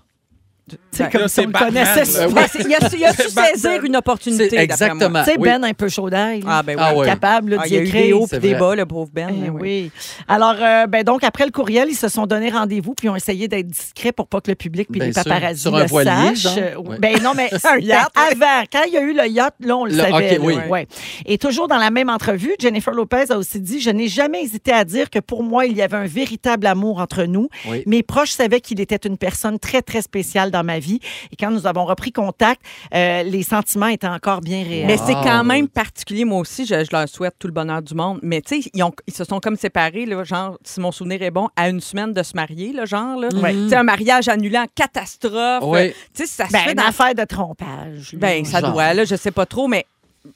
Tu sais, Ben, comme là, si c'est on le Batman, connaissait, là. ça. Ben, c'est- il a su, il a su saisir une opportunité. C'est d'après moi. exactement. Tu sais, oui. Ben, un peu chaud d'ail. là. Ah, ben oui. Ah ouais. Capable là, Ah, il d'y y a eu des écrire. hauts c'est et des vrai. bas, le pauvre Ben. Eh là, oui. oui. Alors, euh, ben donc, après le courriel, ils se sont donné rendez-vous puis ils ont essayé d'être discrets pour pas que le public puis Ben, Bien les sûr. paparazzi Sur un le voilier, genre? sachent. Euh, Ouais. Ben non, mais Un c'était yacht, ouais. avant. Quand il y a eu le yacht, là, on le, Le- savait. ok, là. oui. Ouais. Et toujours dans la même entrevue, Jennifer Lopez a aussi dit « Je n'ai jamais hésité à dire que pour moi, il y avait un véritable amour entre nous. Oui. Mes proches savaient qu'il était une personne très, très spéciale dans ma vie. Et quand nous avons repris contact, euh, les sentiments étaient encore bien réels. Mais c'est Ah, quand oui. même particulier. Moi aussi, je, je leur souhaite tout le bonheur du monde. Mais tu sais, ils, ont- ils se sont comme séparés, là, genre, si mon souvenir est bon, à une semaine de se marier, là, genre. Là. Ouais. Tu sais, un mariage annulé en catastrophe. Ouais. Euh, Tu sais, ça se Ben, fait une dans... affaire de trompage. là. Ben, ça Genre. doit, là, je sais pas trop, mais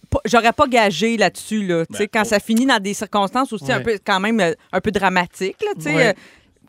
pas- j'aurais pas gagé là-dessus, là. Tu sais, Ben, quand oh. ça finit dans des circonstances aussi un Ouais. peu, quand même, euh, un peu dramatiques, là, tu sais. Ouais. euh,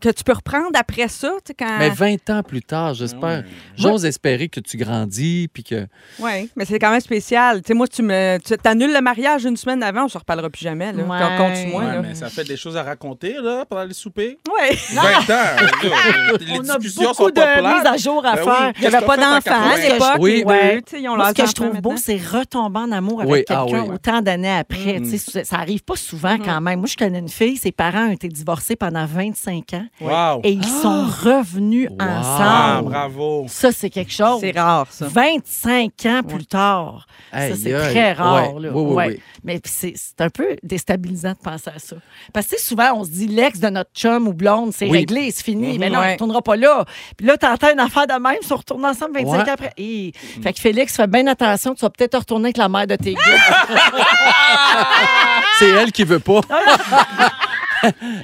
que tu peux reprendre après ça, tu sais, quand... Mais 20 ans plus tard, j'espère. J'ose espérer que tu grandis puis que. Oui, mais c'est quand même spécial. Tu sais, moi, tu me tu annules le mariage une semaine avant, on se reparlera plus jamais. Là. Ouais. Quand- Compte-moi. Ouais, là. mais ça fait des choses à raconter, là, pendant les soupers. Ouais. 20 ans. là, les On a discussions beaucoup sont de pas mises à plates. jour à Ben oui. faire. Il n'y avait Qu'est-ce pas qu'on fait en d'enfants à 80? l'époque. Oui, les deux, ouais. tu sais, ils ont Moi, leurs ce que je enfants trouve beau, maintenant. c'est retomber en amour avec Oui, ah quelqu'un oui. autant d'années après. Mm. Tu sais, Ça arrive pas souvent Mm-hmm. quand même. Moi, je connais une fille, ses parents ont été divorcés pendant 25 ans Wow. et ils sont revenus Wow. Oh. Ah, ensemble. bravo. Ça, c'est quelque chose. C'est rare, ça. 25 ans plus tard. Aïe, ça, c'est aïe. très rare. Ouais. là. Oui, oui, Ouais. oui. Mais puis c'est c'est un peu déstabilisant de penser à ça. Parce que tu sais, souvent, on se dit l'ex de notre chum ou blonde, c'est Oui. Mm-hmm. réglé, c'est fini. Mais non, on Ouais. ne retournera pas là. Puis là, tu entends une affaire de même, ils se retournent ensemble 25 Ouais. ans après. Hi. Fait que Félix, fais bien attention, tu vas peut-être te retourner avec la mère de tes gars. C'est elle qui veut pas.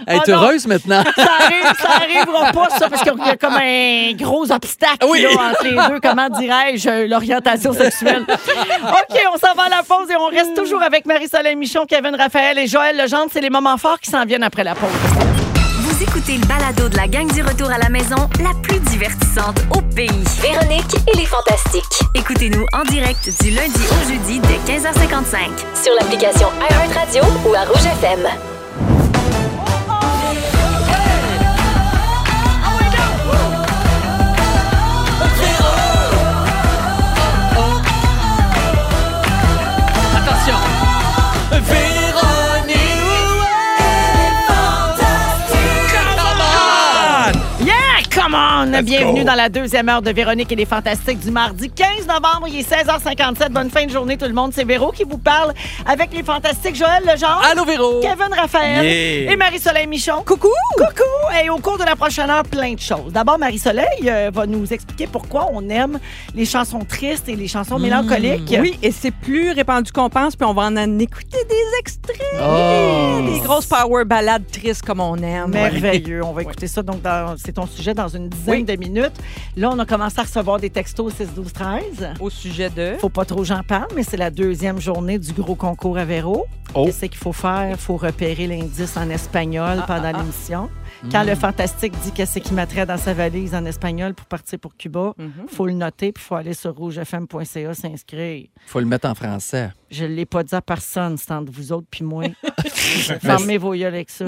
Elle est Oh non. heureuse maintenant. ça arrive, ça arrivera pas, ça, parce qu'il y a comme un gros obstacle Oui. là, entre les deux. Comment dirais-je euh, l'orientation sexuelle? OK, on s'en va à la pause et on reste toujours avec Marie-Soleil Michon, Kevin Raphaël et Joël Legendre. C'est les moments forts qui s'en viennent après la pause. Vous écoutez le balado de la gang du retour à la maison, la plus divertissante au pays. Véronique et les Fantastiques. Écoutez-nous en direct du lundi au jeudi dès 15h55. Sur l'application iHeartRadio ou à Rouge FM. Yeah, come on! Bienvenue go. dans la deuxième heure de Véronique et les Fantastiques du mardi 15 novembre. Il est 16h57. Bonne fin de journée, tout le monde. C'est Véro qui vous parle avec les Fantastiques Joël Legendre. Allô, Véro! Kevin Raphaël Yeah. et Marie-Soleil Michon. Coucou! Coucou! Et au cours de la prochaine heure, plein de choses. D'abord, Marie-Soleil euh, va nous expliquer pourquoi on aime les chansons tristes et les chansons mélancoliques. Hmm. Oui, et c'est plus répandu qu'on pense, puis on va en écouter des extraits. Oh. Des grosses power ballades tristes comme on aime. Merveilleux. On va écouter ça. Donc, dans- c'est ton sujet dans une dizaine Oui. de minutes. Là, on a commencé à recevoir des textos au 6, 12, 13. Au sujet de... Faut pas trop j'en parle, mais c'est la deuxième journée du gros concours à Véro. Oh. Qu'est-ce qu'il faut faire? Il faut repérer l'indice en espagnol pendant l'émission. Quand Mm. le fantastique dit qu'est-ce qui mettrait dans sa valise en espagnol pour partir pour Cuba, faut le noter puis faut aller sur rougefm.ca s'inscrire. Faut le mettre en français. Je l'ai pas dit à personne, c'est entre vous autres puis moi. Fermez vos yeux avec ça.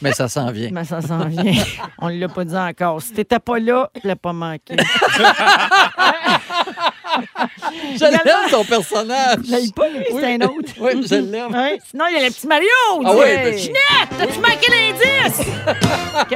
Mais ça s'en vient. Mais ça s'en vient. On l'a pas dit encore. Si t'étais pas là, je l'ai pas manqué. Je l'aime, ton personnage. Je l'ai pas lui, c'est un autre. Oui, je l'aime. Ouais, Sinon, il y a le petit Mario. Ah oui, ben- Ginette, t'as-tu manqué l'indice? OK.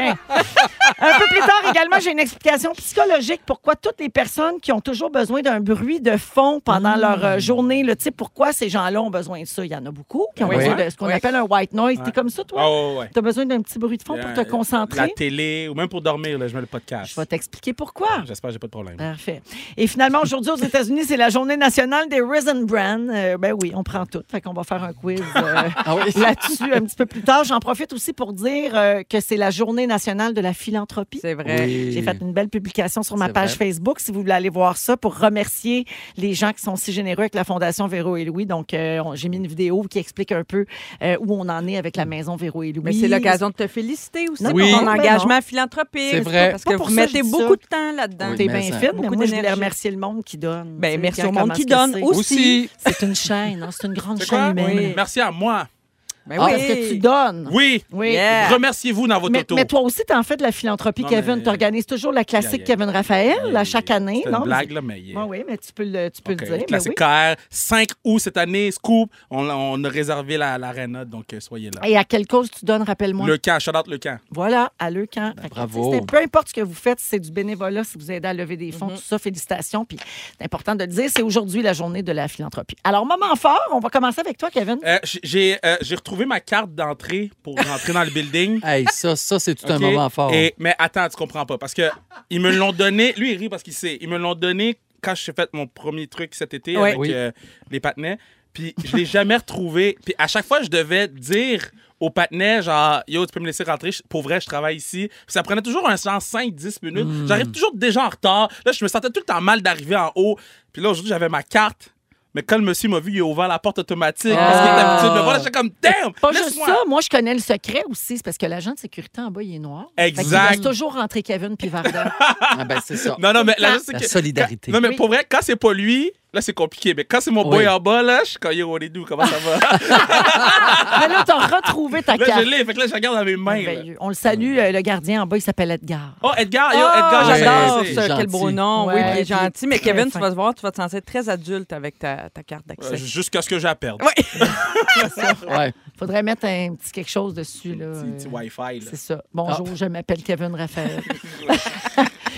Un peu plus tard également, j'ai une explication psychologique pourquoi toutes les personnes qui ont toujours besoin d'un bruit de fond pendant leur Hmm. euh, journée, là, tu sais, pourquoi ces gens-là ont besoin de ça. Il y en a beaucoup qui ont Oui. besoin de ce qu'on Oui. appelle un white noise. T'es comme ça, toi? Oh, ouais. T'as besoin d'un petit bruit de fond pour te Euh, La concentrer? télé, ou même pour dormir, là, je mets le podcast. Je Ben, vais t'expliquer pourquoi. J'espère que j'ai pas de problème. Parfait. Et finalement, aujourd'hui, aux États-Unis, c'est la journée nationale des Risen Brand. Euh, ben oui, on prend tout. Fait qu'on va faire un quiz euh, là-dessus un petit peu plus tard. J'en profite aussi pour dire euh, que c'est la journée nationale de la philanthropie. C'est vrai. Oui. J'ai fait une belle publication sur ma C'est page vrai. Facebook, si vous voulez aller voir ça, pour remercier les gens qui sont si généreux avec la Fondation Véro et Louis. Donc, euh, on- j'ai mis une vidéo qui explique un peu euh, où on en est avec la Maison Véro et Louis. Mais c'est l'occasion de te féliciter aussi Non, pour non, ton non. engagement philanthropique. C'est vrai. Parce Pas que pour vous ça, mettez je dis ça. beaucoup de temps là-dedans. Ben Oui. T'es Mais bien ça- fine, mais Beaucoup moi, je voulais d'énergie. remercier le monde qui donne. Ben, Tu sais, merci quand- au monde comment qui que donne c'est. aussi. Aussi. C'est une chaîne, hein, c'est une grande C'est quoi? chaîne humaine. Oui. Merci à moi. Ben Ah, oui. Parce que tu donnes. Oui. Oui. Yeah. Remerciez-vous dans votre Mais, auto. mais toi aussi, tu en fais de la philanthropie, Non, Kevin. mais- Tu organises toujours la classique Yeah, yeah. Kevin Raphaël Yeah, à yeah, chaque yeah. année. C'est non? une blague, là, mais. yeah. Oui, oui, mais tu peux le, tu peux Ok, le dire. mais Classique oui. R, 5 août cette année, Scoop, on, l'a- on a réservé la- l'arena, donc euh, soyez là. Et à quelle cause tu donnes, rappelle-moi. Le Ben, camp, shout out le camp. Voilà, à le camp. Fait que, bravo. tu sais, c'est- Peu importe ce que vous faites, si c'est du bénévolat, si vous aidez à lever des Mhm. fonds, tout ça, félicitations. Puis c'est important de le dire, c'est aujourd'hui la journée de la philanthropie. Alors, moment fort, on va commencer avec toi, Kevin. Euh, j- J'ai euh, j'ai retrouvé ma carte d'entrée pour rentrer dans le Ah, building. Hey, ça, ça c'est tout un OK? moment fort. Et- mais attends, tu comprends pas. Parce que ils me l'ont donné. Lui, il rit parce qu'il sait. Ils me l'ont donné quand j'ai fait mon premier truc cet été Ouais. avec Oui. euh, les patinets. Puis je l'ai jamais retrouvé. Puis à chaque fois, je devais dire aux patinets, genre, yo, tu peux me laisser rentrer. Je- Pour vrai, je travaille ici. Puis ça prenait toujours un genre 5-10 minutes. Hmm. J'arrive toujours déjà en retard. Là, je me sentais tout le temps mal d'arriver en haut. Puis là, aujourd'hui, j'avais ma carte. Mais quand le monsieur m'a vu, il a ouvert la porte automatique. Ah. Parce qu'il est habitué de me voir, j'étais comme, Ah. damn! Pas juste laisse-moi. ça, moi je connais le secret aussi, c'est parce que l'agent de sécurité en bas, il est noir. Il Exact. laisse toujours rentrer Kevin puis Varda. Ah, ben, c'est ça. Non, non, mais là, je sais La que- solidarité. Non, mais Oui. pour vrai, quand c'est pas lui, là, c'est compliqué. Mais quand c'est mon Oui. boy en bas, là, je suis comme, yo, on est doux, comment ça va? Mais Ben là, t'as retrouvé ta là, carte. je l'ai, fait que là, je regarde dans mes mains. là. Merveilleux. On le salue, euh, le gardien en bas, il s'appelle Edgar. Oh, Edgar, yo, Ah, Edgar, ouais. j'adore j'adore c'est ça. gentil. Quel beau nom. Ouais, oui, il est puis gentil. Mais très Kevin, fin. tu vas te voir, tu vas te sentir très adulte avec ta, ta carte d'accès. Jusqu'à ce que je la perde. Ouais. Faudrait mettre un petit quelque chose dessus. Là, Petit, petit euh, Wi-Fi, là. C'est ça. Bonjour, je m'appelle Kevin Raphaël.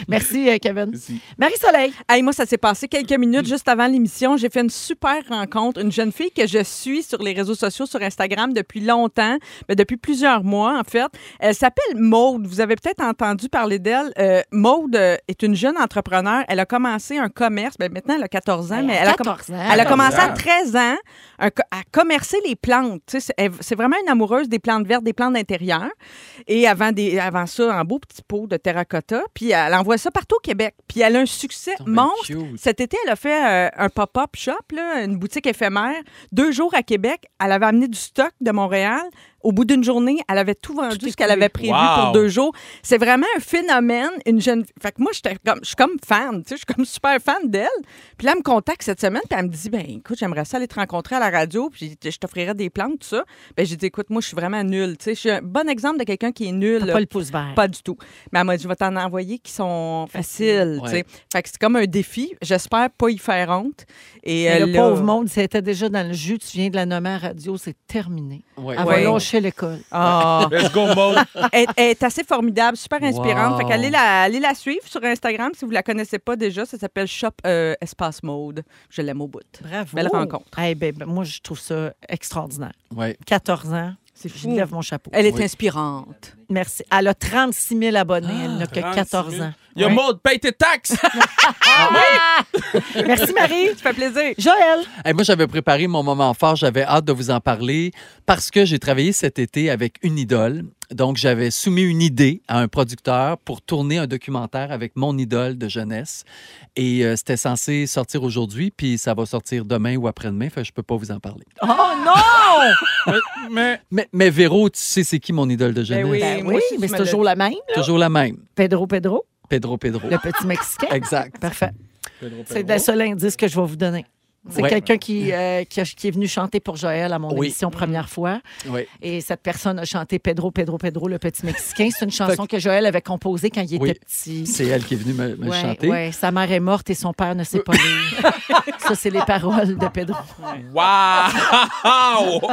Merci, euh, Kevin. Merci. Marie-Soleil. Hey, moi, ça s'est passé quelques minutes juste avant l'émission. J'ai fait une super rencontre. Une jeune fille que je suis sur les réseaux sociaux, sur Instagram depuis longtemps, mais depuis plusieurs mois, en fait. Elle s'appelle Maude. Vous avez peut-être entendu parler d'elle. Euh, Maude euh, est une jeune entrepreneur. Elle a commencé un commerce. Ben, maintenant, elle a 14 ans, mais elle a, comm- 14 ans. elle a 14 commencé à ans. 13 ans un co- à commercer les plantes. Tu sais, c'est- elle- C'est vraiment une amoureuse des plantes vertes, des plantes d'intérieur. Et avant, des, avant ça, en beau petit pot de terracotta. Puis elle envoie ça partout au Québec. Puis elle a un succès Donc, ben, monstre. cute. Cet été, elle a fait euh, un pop-up shop, là, une boutique éphémère. Deux jours à Québec, elle avait amené du stock de Montréal. Au bout d'une journée, elle avait tout vendu Tout ce qu'elle écoulé. avait prévu Wow. pour deux jours. C'est vraiment un phénomène. Une jeune... Fait que moi, j'étais comme, je suis comme fan, tu sais, je suis comme super fan d'elle. Puis là, elle me contacte cette semaine, puis elle me dit, ben écoute, j'aimerais ça aller te rencontrer à la radio, puis je t'offrirais des plantes, tout ça. Ben j'ai dit, écoute, moi, je suis vraiment nulle, tu sais, je suis un bon exemple de quelqu'un qui est nul. T'as là. pas le pouce vert. Pas du tout. Mais elle m'a dit, je vais t'en envoyer qui sont faciles. tu sais. Ouais. Fait que c'est comme un défi. J'espère pas y faire honte. Et Mais euh, le là- pauvre monde, c'était déjà dans le jus. Tu viens de la nommer à la radio, c'est terminé. Ouais. Elle va Ouais. lâcher l'école. Ah. Let's go, Maud. elle, elle est assez formidable, super inspirante. Wow. Fait qu'allez la, allez la suivre sur Instagram si vous la connaissez pas déjà. Ça s'appelle Shop euh, Espace Mode. Je l'aime au bout. Bravo. Belle rencontre. Eh ben, ben, moi, je trouve ça extraordinaire. Ouais. 14 ans, C'est je lève mon chapeau. Elle est Oui. inspirante. Merci. Elle a 36 000 abonnés. Elle n'a que 14 ans. Yo, Ouais. Maud, paye tes taxes. Ah. Merci, Marie. Ça fait plaisir. Joël. Hey, moi, j'avais préparé mon moment fort. J'avais hâte de vous en parler parce que j'ai travaillé cet été avec une idole. Donc, j'avais soumis une idée à un producteur pour tourner un documentaire avec mon idole de jeunesse. Et euh, c'était censé sortir aujourd'hui, puis ça va sortir demain ou après-demain. Fait que je peux pas vous en parler. Oh non! mais, mais- Mais, mais Véro, tu sais c'est qui mon idole de jeunesse? oui. Ben moi oui, aussi, tu mais me c'est l'as toujours la même. Toujours la même. Pedro Pedro, Pedro Pedro. le petit Mexicain. Exact. Parfait. C'est le seul indice que je vais vous donner. C'est Ouais. quelqu'un qui, euh, qui, a- qui est venu chanter pour Joël à mon Oui. émission première fois. Oui. Et cette personne a chanté Pedro, Pedro, Pedro, le petit Mexicain. C'est une chanson que Joël avait composée quand il Oui. était petit. C'est elle qui est venue me, me Ouais, chanter. ouais. Sa mère est morte et son père ne sait pas lire. Ça, c'est les paroles de Pedro. Wow!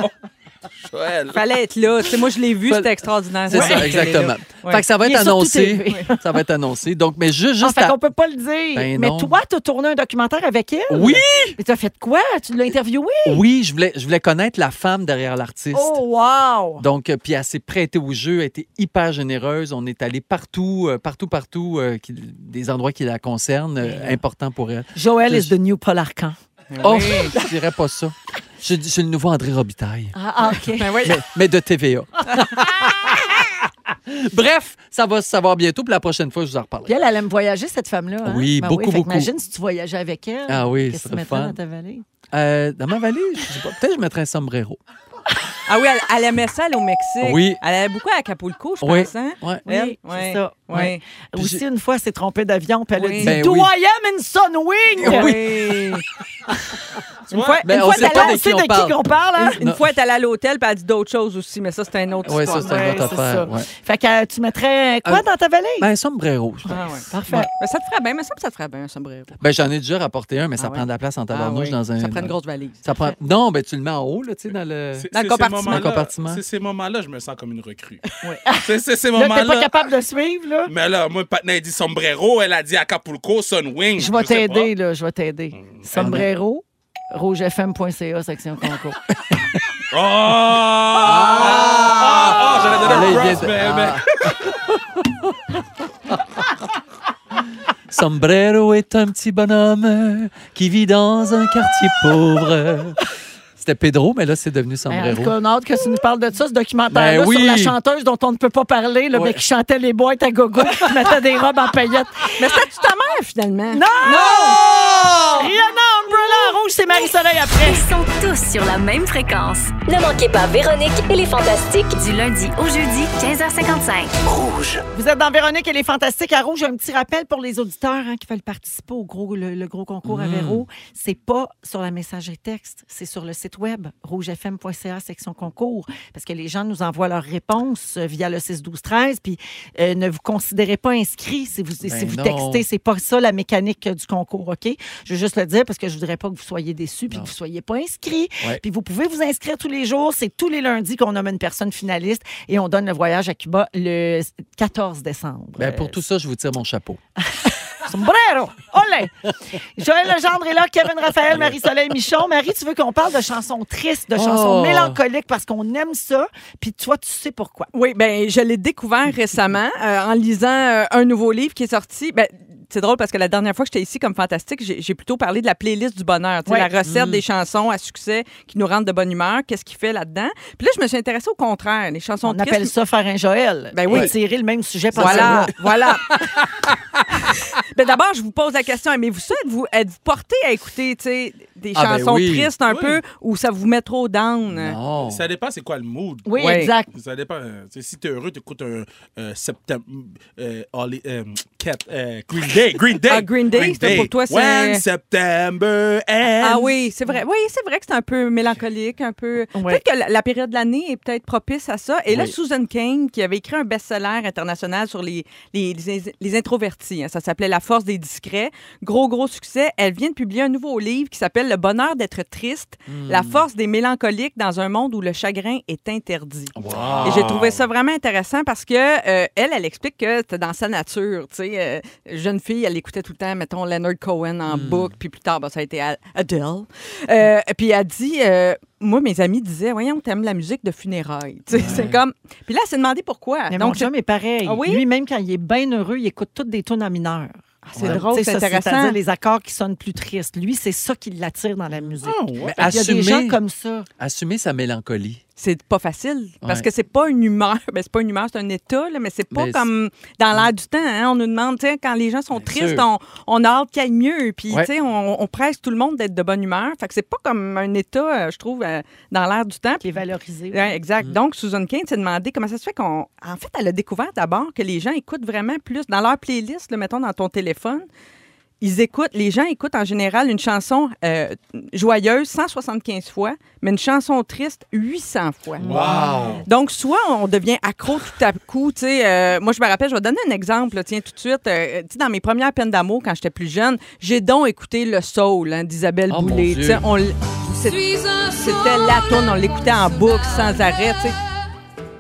Joël. Fallait être là. Tu sais, moi, je l'ai vu. C'était extraordinaire. C'est Ah, ça, exactement. Fait que ça va Il être est sur toute annoncé. TV. Ça va être annoncé. Donc, mais juste, Ah, juste fait à- qu'on peut pas le dire. Ben mais non. toi, tu as tourné un documentaire avec elle. Oui! Mais tu as fait quoi? Tu l'as interviewé? Oui, je voulais, je voulais connaître la femme derrière l'artiste. Oh, wow! Donc, euh, puis elle s'est prêtée au jeu, elle était hyper généreuse. On est allé partout, euh, partout, partout, euh, qui- des endroits qui la concernent, euh, importants pour elle. Joël Je- is the new Paul Arcan. Oh, je dirais pas ça. Je, je le nouveau André Robitaille, Ah, OK. mais, mais de TVA. Bref, ça va se savoir bientôt, puis la prochaine fois, je vous en Puis reparlerai. elle, elle aime voyager, cette femme-là. hein? Oui, Ben beaucoup, fait que beaucoup. Imagine si tu voyageais avec elle. Ah oui, Qu'est-ce ce que tu serait mettrais fun. dans ta vallée? Euh, dans ma valise, je sais pas, peut-être je mettrais un sombrero. Ah oui, elle, elle aimait ça aller au Mexique. Oui. Elle allait beaucoup à Acapulco, je Oui. pense. hein? Ouais. Elle, Oui, ouais. c'est ça. Ouais. Ouais. Puis Aussi, j'ai- une fois, elle s'est trompée d'avion, puis elle a Oui. dit Ben Do oui. I am in Sunwing? Oui. Tu vois? Ouais, Ben, une on fois, sait t'as pas de lancé qui on parle. qu'on parle. hein? Une fois, elle est allée à l'hôtel, puis elle a dit d'autres choses aussi, mais ça, c'est un autre ben, Ouais, ça, histoire. c'est une Ouais, autre c'est affaire. ça. ouais. Fait que euh, tu mettrais quoi Euh, dans ta valise? Ben, un sombrero, je pense. Ah ouais. Parfait. Ouais. Mais ça te ferait bien, mais ça, ça te ferait bien un sombrero. Ben, j'en ai déjà rapporté un, mais ça Ah ouais. prend de la place en Ah tabarnouche oui. dans un. Ça prend une grosse valise. Ça prend- Non, ben tu le mets en haut, là, tu sais, dans le. C'est- Dans le c'est ces compartiment. Dans moments-là- le compartiment. C'est ces moments-là, je me sens comme une recrue. Ouais. C'est c'est ces Là, t'es pas moments-là. capable de suivre, là? Mais là, moi, Patna, il dit sombrero, elle a dit Acapulco, Sunwing. Je Mm. vais sais t'aider, là, je vais t'aider. Sombrero, rougefm.ca, section concours. pas. Oh! Ah! Oh, j'allais Là, donner il le vient de- cross, mais- mais- Sombrero est un petit bonhomme euh, qui vit dans un quartier pauvre. C'était Pedro, mais là, c'est devenu Ben, en tout Sombrero. cas, on a hâte que tu nous parles de ça, ce documentaire-là Ben oui. sur la chanteuse dont on ne peut pas parler, là, Ouais. mais qui chantait les boîtes à gogo, qui mettait des robes en paillettes. Mais c'était ta mère, finalement. Non! Oh! Rihanna en rouge, c'est Marie-Soleil après. Ils sont tous sur la même fréquence. Ne manquez pas Véronique et les Fantastiques. Du lundi au jeudi, 15h55. Vous êtes dans Véronique et les Fantastiques à Rouge. Un petit rappel pour les auditeurs hein, qui veulent participer au gros, le, le gros concours Mm. à Véro. C'est pas sur la messagerie texte, c'est sur le site web rougefm.ca section concours parce que les gens nous envoient leurs réponses euh, via le 6-12-13. Puis euh, ne vous considérez pas inscrit si vous, si Ben vous non. textez. C'est pas ça la mécanique euh, du concours, OK? Je veux juste le dire parce que je voudrais pas que vous soyez déçus puis que vous soyez pas inscrits. Ouais. Puis vous pouvez vous inscrire tous les jours. C'est tous les lundis qu'on nomme une personne finaliste et on donne le voyage à Cuba le 14 décembre. Ben, euh, pour tout ça, je vous tire mon chapeau. Euh, Sombrero! Olé! Joël Legendre est là, Kevin Raphaël, Marie-Soleil Michon. Marie, tu veux qu'on parle de chansons tristes, de chansons Oh. mélancoliques parce qu'on aime ça. Puis toi, tu sais pourquoi. Oui, ben je l'ai découvert récemment euh, en lisant euh, un nouveau livre qui est sorti. Ben, c'est drôle parce que la dernière fois que j'étais ici comme fantastique, j'ai j'ai plutôt parlé de la playlist du bonheur, tu sais, Ouais. la Mm. recette des chansons à succès qui nous rendent de bonne humeur. Qu'est-ce qu'il fait là-dedans Puis là, je me suis intéressée au contraire, les chansons On tristes. appelle ça faire un Joël. Ben oui. Étirer le même sujet par Voilà, voilà. voilà. ben d'abord, je vous pose la question, aimez-vous ça? Êtes-vous êtes porté à écouter tu sais, des Ah, ben chansons oui. tristes un Oui. peu ou ça vous met trop down? Non. Ça dépend, c'est quoi le mood. Oui, Ouais. exact. Ça dépend. euh, tu sais, si t'es heureux, t'écoutes un euh, septembre. Euh, Holly- euh, Cat- euh, Green Day. Green Day. Ah, Green Day, c'est pour toi, c'est- When September ends. Ah oui, c'est vrai. Oui, c'est vrai que c'est un peu mélancolique, un peu. Ouais. Peut-être que la, la période de l'année est peut-être propice à ça. Et là, Oui. Susan Cain, qui avait écrit un best-seller international sur les, les, les- les introvertis, hein, ça s'appelait La force des discrets. Gros, gros succès. Elle vient de publier un nouveau livre qui s'appelle Le bonheur d'être triste, Hmm. la force des mélancoliques dans un monde où le chagrin est interdit. Wow. Et j'ai trouvé ça vraiment intéressant parce que euh, elle, elle explique que c'était dans sa nature. Tu sais, euh, jeune fille, elle écoutait tout le temps, mettons, Leonard Cohen en book, puis plus tard, ben, ça a été Al- Adele. Euh, puis elle dit, euh, moi, mes amis disaient, voyons, t'aimes la musique de funérailles. Tu sais, C'est comme. Puis là, elle s'est demandé pourquoi. Mais mon Donc, chum est pareil. Ah oui? Lui, même quand il est bien heureux, il écoute toutes des tunes en mineur. c'est drôle, Tu sais, c'est ça, intéressant. C'est-à-dire les accords qui sonnent plus tristes. Lui, c'est ça qui l'attire dans la musique. Ben, Mais Il y a des gens assumer, comme ça. assumer sa mélancolie. c'est pas facile parce Ouais. que c'est pas une humeur. Ben, c'est pas une humeur, c'est un état, là, mais c'est Mais pas c'est- comme dans l'air du temps. hein. On nous demande, tu sais, quand les gens sont Bien tristes, sûr. on, on a hâte qu'il aille mieux. Puis, Ouais. tu sais, on, on presse tout le monde d'être de bonne humeur. Fait que c'est pas comme un état, euh, je trouve, euh, dans l'air du temps. Qui est valorisé. Ouais, exact. Donc, Susan Cain s'est demandé comment ça se fait qu'on. En fait, elle a découvert d'abord que les gens écoutent vraiment plus dans leur playlist, le mettons dans ton téléphone. Ils écoutent, les gens écoutent en général une chanson euh, joyeuse 175 fois, mais une chanson triste 800 fois. Wow. Donc, soit on devient accro tout à coup. tu sais, euh, moi, je me rappelle, je vais donner un exemple, là, tiens, tout de suite. euh, tu sais, dans mes premières peines d'amour, quand j'étais plus jeune, j'ai donc écouté Le Soul hein, d'Isabelle Oh, mon Boulay. Dieu. Tu sais, on l- c'est- C'était la tourne, on l'écoutait en boucle, sans arrêt. tu sais.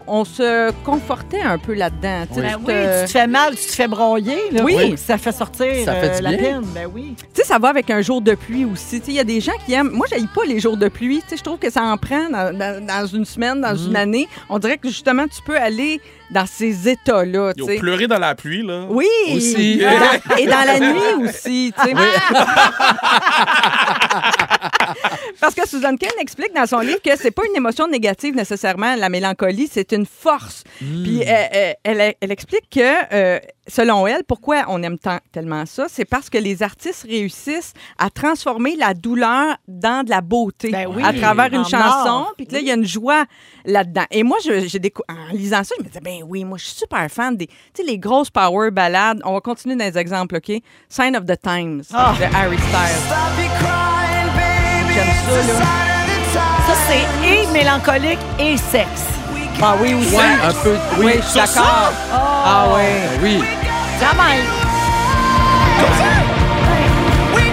On se confortait un peu là-dedans. tu sais, Ben tu oui, te- tu te fais mal, tu te fais broyer. là. Oui. Ça fait sortir Ça fait euh, du la bien. peine. Ben oui. Tu sais, ça va avec un jour de pluie aussi. Tu sais, Il y a des gens qui aiment. Moi, j'aille pas les jours de pluie. Tu sais, je trouve que ça en prend dans, dans- dans une semaine, dans Mm-hmm. une année. On dirait que justement, tu peux aller dans ces états-là. tu Yo, sais. pleurer dans la pluie, là. Oui. Aussi. Et dans- Et dans la nuit aussi, tu sais. Parce que Suzanne Cain explique dans son livre que c'est pas une émotion négative nécessairement, la mélancolie, c'est une force. Puis Hmm. elle, elle- elle- elle explique que, euh, selon elle, pourquoi on aime tant- tellement ça, c'est parce que les artistes réussissent à transformer la douleur dans de la beauté Ben oui, à travers une en chanson. art. Puis que là, il y a une joie là-dedans. Et moi, je- j'ai décou- en lisant ça, je me disais, ben oui, moi, je suis super fan des, tu sais, les grosses power ballades. On va continuer dans les exemples, OK? Sign of the Times Ah. de Harry Styles. J'aime ça, là. Ça, c'est et mélancolique et sexe. Ah oui, aussi. Hmm. Ouais, un peu. Oui, Oui. je suis d'accord. Ah ouais. Ben oui. Jamais.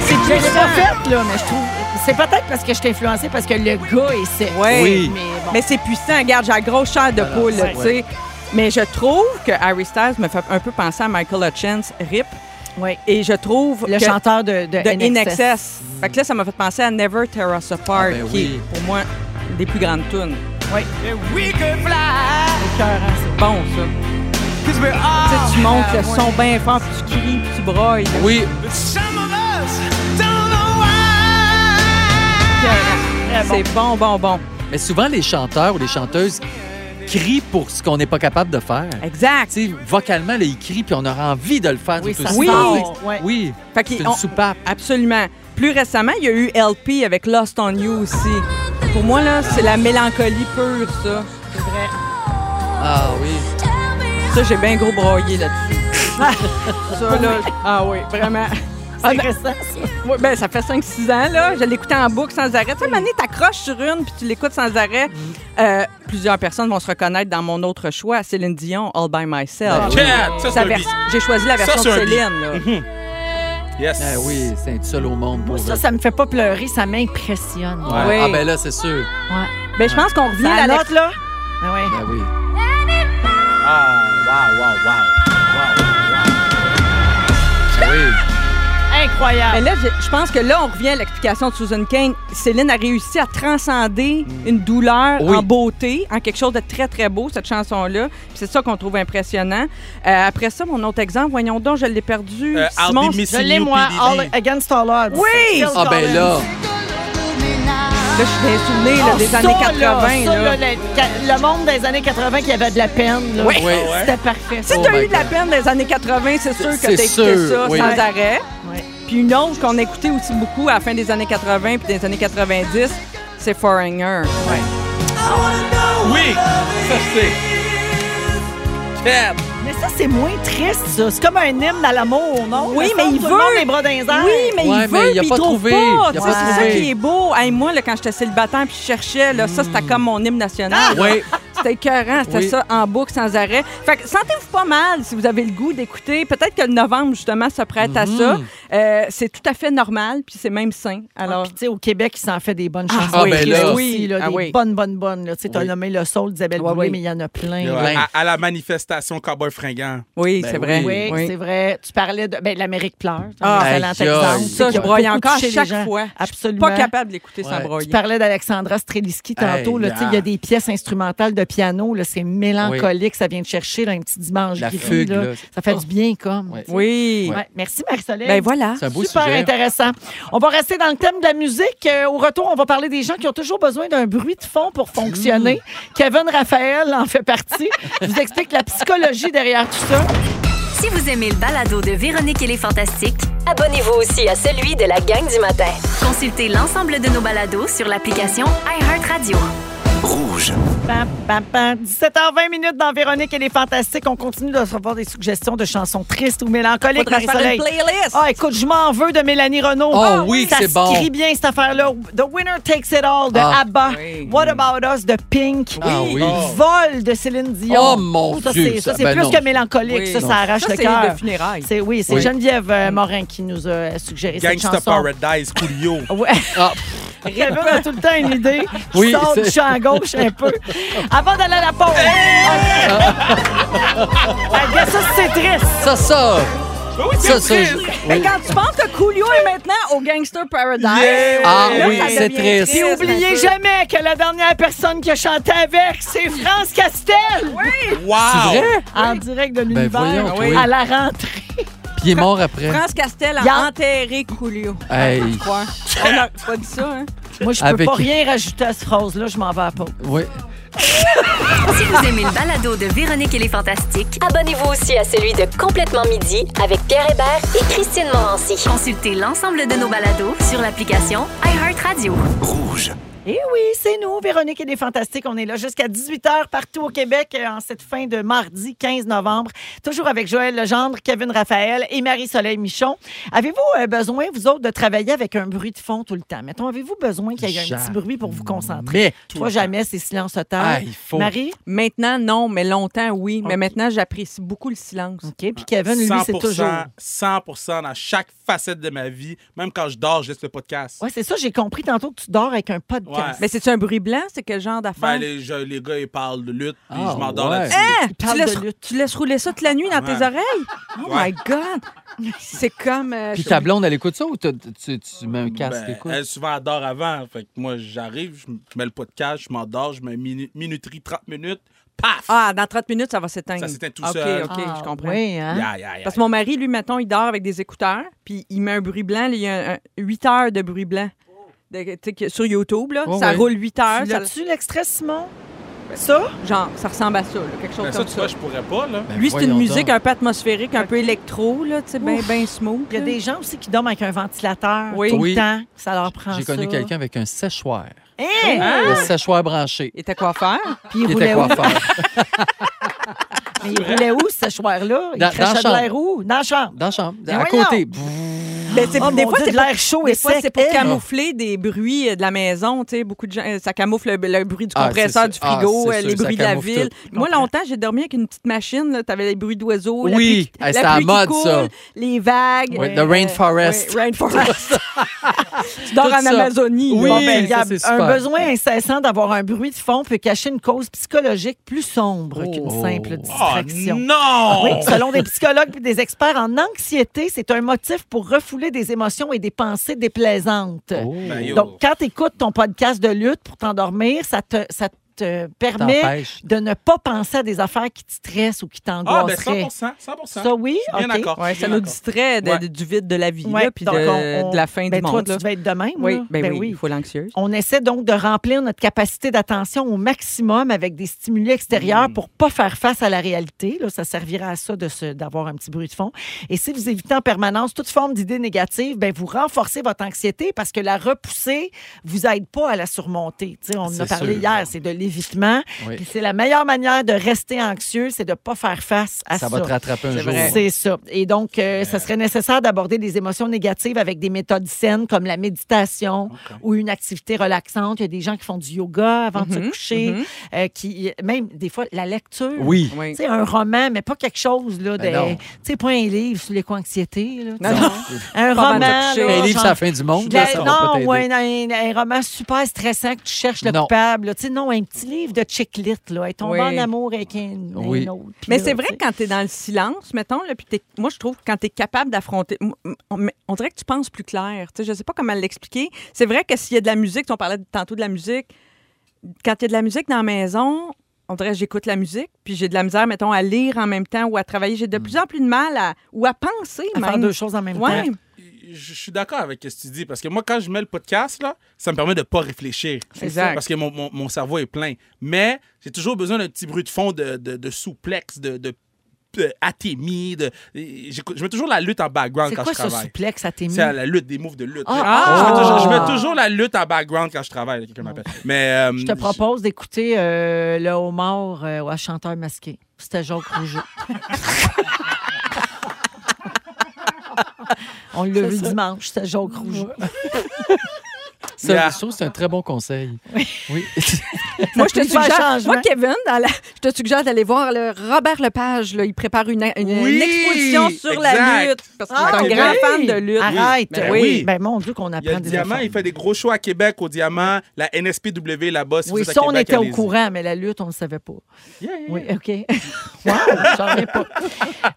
C'est que je l'ai pas faite, là, mais je trouve. C'est peut-être parce que je t'ai influencée parce que le gars est sexe. Ouais. Oui. Mais bon. Mais c'est puissant. Regarde, j'ai la grosse chair de poule, là, ouais. tu sais. Mais je trouve que Harry Styles me fait un peu penser à Michael Hutchins, RIP. Ouais. Et je trouve Le que- chanteur de, de, de In NXS. Excess. Fait que là, ça m'a fait penser à Never Tear Us Apart, Ah, ben qui oui. est pour moi une des plus grandes tunes. C'est écœurant, ça. Bon, ça. Ah! Tu sais, tu montes le son bien fort, puis tu cries, puis tu broilles. là. Oui. C'est bon, bon, bon. Mais souvent, les chanteurs ou les chanteuses crient pour ce qu'on n'est pas capable de faire. Tu Exact. sais, vocalement, là, ils crient, puis on aura envie de le faire. Oui, tout ça aussi. Oui. Oh, sort, ouais. Oui. Fait C'est qu'ils une ont- soupape. Absolument. Plus récemment, il y a eu LP avec Lost on You aussi. Pour moi, là, c'est la mélancolie pure, ça. Ah oui. Ça, j'ai bien gros broyé là-dessus. ça, là, ah oui, vraiment. Ah, C'est récent. Ouais, ben, ça fait 5-6 ans, là. Je l'écoutais en boucle sans arrêt. Tu sais, Mané, t'accroches sur une puis tu l'écoutes sans arrêt. Euh, plusieurs personnes vont se reconnaître dans mon autre choix, Céline Dion, All By Myself. Ah, Chat, ça, c'est Sa un vers- beat. J'ai choisi la Ça, version c'est de un beat. Céline, là. Yes. Ah oui, c'est un seul au monde pour Moi, ça, eux. ça me fait pas pleurer, ça m'impressionne. Ouais. Oui. Ah ben là, c'est sûr. Ben, je pense qu'on revient La à la... note, là? Ah ouais. Ben oui. Ah, wow, wow, wow. Wow, wow, wow. Ben oui. Mais Incroyable. là, je, je pense que là, on revient à l'explication de Susan Kane. Céline a réussi à transcender une douleur Oui. en beauté, en quelque chose de très, très beau, cette chanson-là. Puis c'est ça qu'on trouve impressionnant. Euh, après ça, mon autre exemple, voyons donc, je l'ai perdu. Euh, I'll Simon, be là, missing Je l'ai, you, moi, PDD. All Against All Odds. Oui! Phil Ah ben Collins. là. je suis dans les souvenirs, là, Ah, des ça, années là, 80. ça, là. là, le, ca- le monde des années 80 qui avait de la peine. Là. Oui. C'était parfait. Si Oh t'as my eu de la God. peine dans les années 80, c'est sûr que C'est t'as écouté sûr, ça oui. sans Ouais. arrêt. Puis une autre qu'on écoutait aussi beaucoup à la fin des années 80 puis des années 90, c'est Foreigner. Oui, ça je sais. Chat. Mais ça, c'est moins triste, ça. C'est comme un hymne à l'amour, non? Oui, Ça mais semble il tout le veut. monde les bras dans les airs. Oui, mais Ouais, il mais veut, il a puis il pas trouve trouvé. pas. Il a Tu pas sais, C'est ça trouvé. qui est beau. Hey, moi, là, quand j'étais célibataire puis je cherchais, là, ça, c'était comme mon hymne national. Oui. C'était écœurant, c'était Ah! Oui. ça en boucle sans arrêt. Fait que sentez-vous pas mal si vous avez le goût d'écouter. Peut-être que le novembre, justement, se prête à ça. Mm-hmm. Euh, c'est tout à fait normal, puis c'est même sain. Alors, Alors, Ah, tu sais, au Québec, il s'en fait des bonnes chansons. Ah, ben là. Oui. oui, là, Ah des oui. bonnes, bonnes, bonnes. là. Tu sais, t'as Oui. nommé le soul d'Isabelle Ouais, Boulay, oui. mais il y en a plein. Ouais, là. Ouais. À, à la manifestation Cowboy Fringant. oui, Ben c'est vrai. oui. Oui, c'est vrai. Tu parlais de ben, de l'Amérique pleure. t'as Ah, un excellent aïe, aïe. exemple. Ça, Qui je a broye beaucoup encore à touché les chaque gens. fois. Absolument. Pas capable d'écouter sans Ouais. broyer. Tu parlais d'Alexandra Streliski tantôt. Hey, là, tu sais, il y là. a des pièces instrumentales de piano. là, C'est mélancolique. Ça vient de chercher là, un petit dimanche. La gris, fugue, là. Ça fait du bien, comme. Ouais. Oui. Ouais. Merci, Marie-Soleil. Ben voilà. C'est un beau Super sujet. intéressant. On va rester dans le thème de la musique. Euh, au retour, on va parler des gens qui ont toujours besoin d'un bruit de fond pour fonctionner. Mmh. Kevin Raphaël en fait partie. Je vous explique la psychologie derrière tout ça. Si vous aimez le balado de Véronique et les Fantastiques, Abonnez-vous aussi à celui de la gang du matin. consultez l'ensemble de nos balados sur l'application iHeartRadio. Pam, pam, pam. 17h20 minutes dans Véronique et les Fantastiques. On continue de recevoir des suggestions de chansons tristes ou mélancoliques. Faudrait faire Marie-Soleil. une playlist. Ah, écoute, je m'en veux de Mélanie Renault. Ah oui, ça c'est bon. Ça se crie bien, cette affaire-là. The Winner Takes It All de Ah. ABBA. Oui. What About Us de Pink. Ah oui. Vol de Céline Dion. Oh, mon ça, Dieu, c'est- Ça, ça. c'est Ben plus non. que mélancolique. Oui. Ça, Non. ça arrache Ça, le c'est de cœur. funérailles. C'est- Oui, c'est Oui. Geneviève euh, Morin qui nous a euh, suggéré cette Gangsta chanson. Paradise, Coolio. Ouais. Ah. Kevin a tout le temps une idée. Je Oui, sors c'est- du champ gauche un peu. Avant d'aller à la pause. Ah, bien, ça, c'est triste. Ça, ça. Ben oui, Ça, c'est ça. triste. Mais quand tu penses que Coolio est maintenant au Gangster Paradise, Yeah! Ah là, oui, ça c'est devient triste. Et un oubliez peu. jamais que la dernière personne qui a chanté avec, c'est France Castel. Wow. Ah, C'est vrai? En direct de l'univers. Ben, voyons, oui. toi. À la rentrée. Puis il est mort après. France Castel a Yann. enterré Coolio. Hey. Je crois. On a pas dit ça, hein? Moi, je peux Avec- pas rien rajouter à cette phrase-là. Je m'en vais à pas. Oui. Ah, Si vous aimez le balado de Véronique et les Fantastiques, Abonnez-vous aussi à celui de Complètement Midi avec Pierre Hébert et Christine Morancy. consultez l'ensemble de nos balados sur l'application iHeartRadio. Eh oui, c'est nous, Véronique et les Fantastiques. On est là jusqu'à 18h partout au Québec euh, en cette fin de mardi 15 novembre. Toujours avec Joël Legendre, Kevin Raphaël et Marie-Soleil Michon. Avez-vous euh, besoin, vous autres, de travailler avec un bruit de fond tout le temps? Mettons, avez-vous besoin qu'il y ait un Jamais. petit bruit pour vous concentrer? Mais. Toi, jamais, c'est silence Ah, total. il faut. Marie? Maintenant, non, mais longtemps, oui. Mais Ok. maintenant, j'apprécie beaucoup le silence. OK. Puis Kevin, lui, c'est 100%, toujours... 100% dans chaque facette de ma vie. Même quand je dors, je laisse le podcast. Oui, c'est ça. J'ai compris tantôt que tu dors avec un podcast. Mais c'est-tu un bruit blanc? C'est quel genre d'affaire? Ben, les, je- les gars, ils parlent de lutte, puis Ah, je m'endors ouais. là-dessus. Hein? parle Tu, laisses, de lutte. tu laisses rouler ça toute la nuit dans Ouais. tes oreilles? Oh Ouais. my God! C'est comme... euh, Puis je- ta blonde, elle écoute ça ou t'as- tu, tu mets un casque, Ben, t'écoutes? elle, souvent, elle dort avant. Fait que moi, j'arrive, je m- je mets le podcast, je m'endors, je mets minu- minuterie 30 minutes, paf! Ah, dans 30 minutes, ça va s'éteindre. Ça s'éteint tout OK, seul. OK, je comprends. Oui, hein? Yeah, yeah, yeah. Parce que mon mari, lui, mettons, il dort avec des écouteurs, puis il met un bruit blanc. là, il y a un- un- 8 heures de bruit blanc. De- tu sais, que- sur YouTube, là, Oh, ça oui. roule 8 heures. Tu ça- As-tu l'extrait, Simon? Ça? Genre, ça ressemble à ça, là, quelque chose Ben, ça, comme tu ça. vois, je pourrais pas, là. Ben, Lui, c'est une voyons musique donc. un peu atmosphérique, un peu électro, là, tu sais, bien ben smooth. Il y a là. des gens aussi qui dorment avec un ventilateur Oui. tout le Oui. temps. Ça leur prend J'ai ça. connu quelqu'un avec un séchoir. Hein? Le séchoir branché. Et t'as quoi faire? Puis il Il roulait était où? coiffeur. Mais il roulait où, ce choir-là? Il Dans- crachait dans de la l'air où? Dans la chambre. Dans la chambre. Mais À voyons. côté. Ben, c'est- Oh, des mon fois, Dieu, c'est de pour- l'air chaud et Des fois, sec. c'est pour hein? Eh, camoufler des bruits euh, de la maison. tu sais, beaucoup de gens, euh, ça camoufle le, le bruit du Ah, compresseur, c'est du sûr. Ah, frigo, c'est euh, sûr, les ça bruits de la camoufle ville. tout. Moi, longtemps, j'ai dormi avec une petite machine. là. T'avais les bruits d'oiseaux, la Oui. pluie qui- Ah, la c'était à pluie qui mode, coule, ça. les vagues. Oui, Euh, the rainforest. oui, rainforest. tu dors Tout en ça. Amazonie. Oui, là. Bon, ben, il y a ça, c'est un super. besoin incessant d'avoir un bruit de fond peut cacher une cause psychologique plus sombre qu'une Oh. Oh, simple Oh distraction. Ah non! Oui, selon des psychologues et des experts en anxiété, c'est un motif pour refouler des émotions et des pensées déplaisantes. Oh. Ben, yo. Donc, quand tu écoutes ton podcast de lutte pour t'endormir, ça te, ça te permet T'empêche. de ne pas penser à des affaires qui te stressent ou qui Ah, ben t'angoisseraient. 100 100 ça, oui? Je suis bien OK. d'accord. Ouais, je suis ça bien nous d'accord. distrait de- Ouais. de- du vide de la vie, Ouais, là, puis de, donc, on- on- de la fin ben, du toi, monde. là. tu devais être de même. Oui, là. ben, Ben oui, il faut l'anxieuse. On essaie donc de remplir notre capacité d'attention au maximum avec des stimuli extérieurs Mm. pour pas faire face à la réalité. Là, ça servira à ça de se- d'avoir un petit bruit de fond. Et si vous évitez en permanence toute forme d'idée négative, ben vous renforcez votre anxiété parce que la repousser vous aide pas à la surmonter. Tu sais, on en a C'est parlé sûr. hier, c'est de l'évitement. Oui. Puis C'est la meilleure manière de rester anxieux, c'est de pas faire face à Ça ça. va te rattraper un C'est jour. vrai. C'est ça. Et donc, euh, ça serait nécessaire d'aborder des émotions négatives avec des méthodes saines comme la méditation ou une activité relaxante. Il y a des gens qui font du yoga avant Mhm, de se coucher, euh, qui même des fois la lecture. Oui. Oui. Tu sais, un roman, mais pas quelque chose, là, Ben de- non. tu sais, pas un livre sur l'éco-anxiété, là. tu Non, sais. non. Un Pas roman, mal de coucher. là, Un livre, genre- c'est la fin du monde. là, la- ça va pas Ben, non, t'aider. ou un, un- un roman super stressant que tu cherches le Non. coupable. là. Tu sais, non, un petit livre de chick-lit, là. Elle tombe Oui. en amour avec un, un Oui. autre. puis Mais là, c'est tu vrai sais. que quand tu es dans le silence, mettons, là, puis t'es- moi, je trouve que quand tu es capable d'affronter. m- m- On, on dirait que tu penses plus clair. Tu sais, je sais pas comment l'expliquer. C'est vrai que s'il y a de la musique, on parlait tantôt de la musique. Quand il y a de la musique dans la maison, on dirait que j'écoute la musique, puis j'ai de la misère, mettons, à lire en même temps ou à travailler. J'ai de Mm. plus en plus de mal à. ou à penser, À même. faire deux choses en même Ouais. temps. Je suis d'accord avec ce que tu dis parce que moi, quand je mets le podcast, là, ça me permet de pas réfléchir. Exact. Parce que mon, mon- mon cerveau est plein. Mais j'ai toujours besoin d'un petit bruit de fond de, de, de souplex, de. de de atémie, de- j'écoute- je mets toujours la lutte en background C'est quand quoi je ce travaille. souplex à tes C'est à la lutte, des moves de lutte. Ah, ah. je, mets toujours, je mets Ah. toujours la lutte en background quand je travaille. là, Quelqu'un m'appelle. Mais. euh, Je te propose d'écouter euh, le homard euh, à chanteur masqué. C'était Jacques Rougeau. On l'a vu dimanche, c'était Jacques Rougeau. Ça, Yeah. je trouve que c'est un très bon conseil. Oui. Moi, je te peut faire suggère, changement. moi, Kevin, dans la- je te suggère d'aller voir le Robert Lepage. là. il prépare une, une- une Oui, exposition sur la exact. lutte. Parce que Ah, c'est un Ah, ben oui. Ah, grand fan de lutte. Arrête. Ben oui. oui. Ben, mon Dieu, qu'on Il y a apprend le des Diamant, affaires. il fait des gros shows à Québec au Diamant. La NSPW là-bas, si Oui, vous êtes à ça, on Québec, était au allez-y. courant, mais la lutte, on ne savait pas. Yeah, yeah, yeah. Oui, OK. wow, j'en ai pas.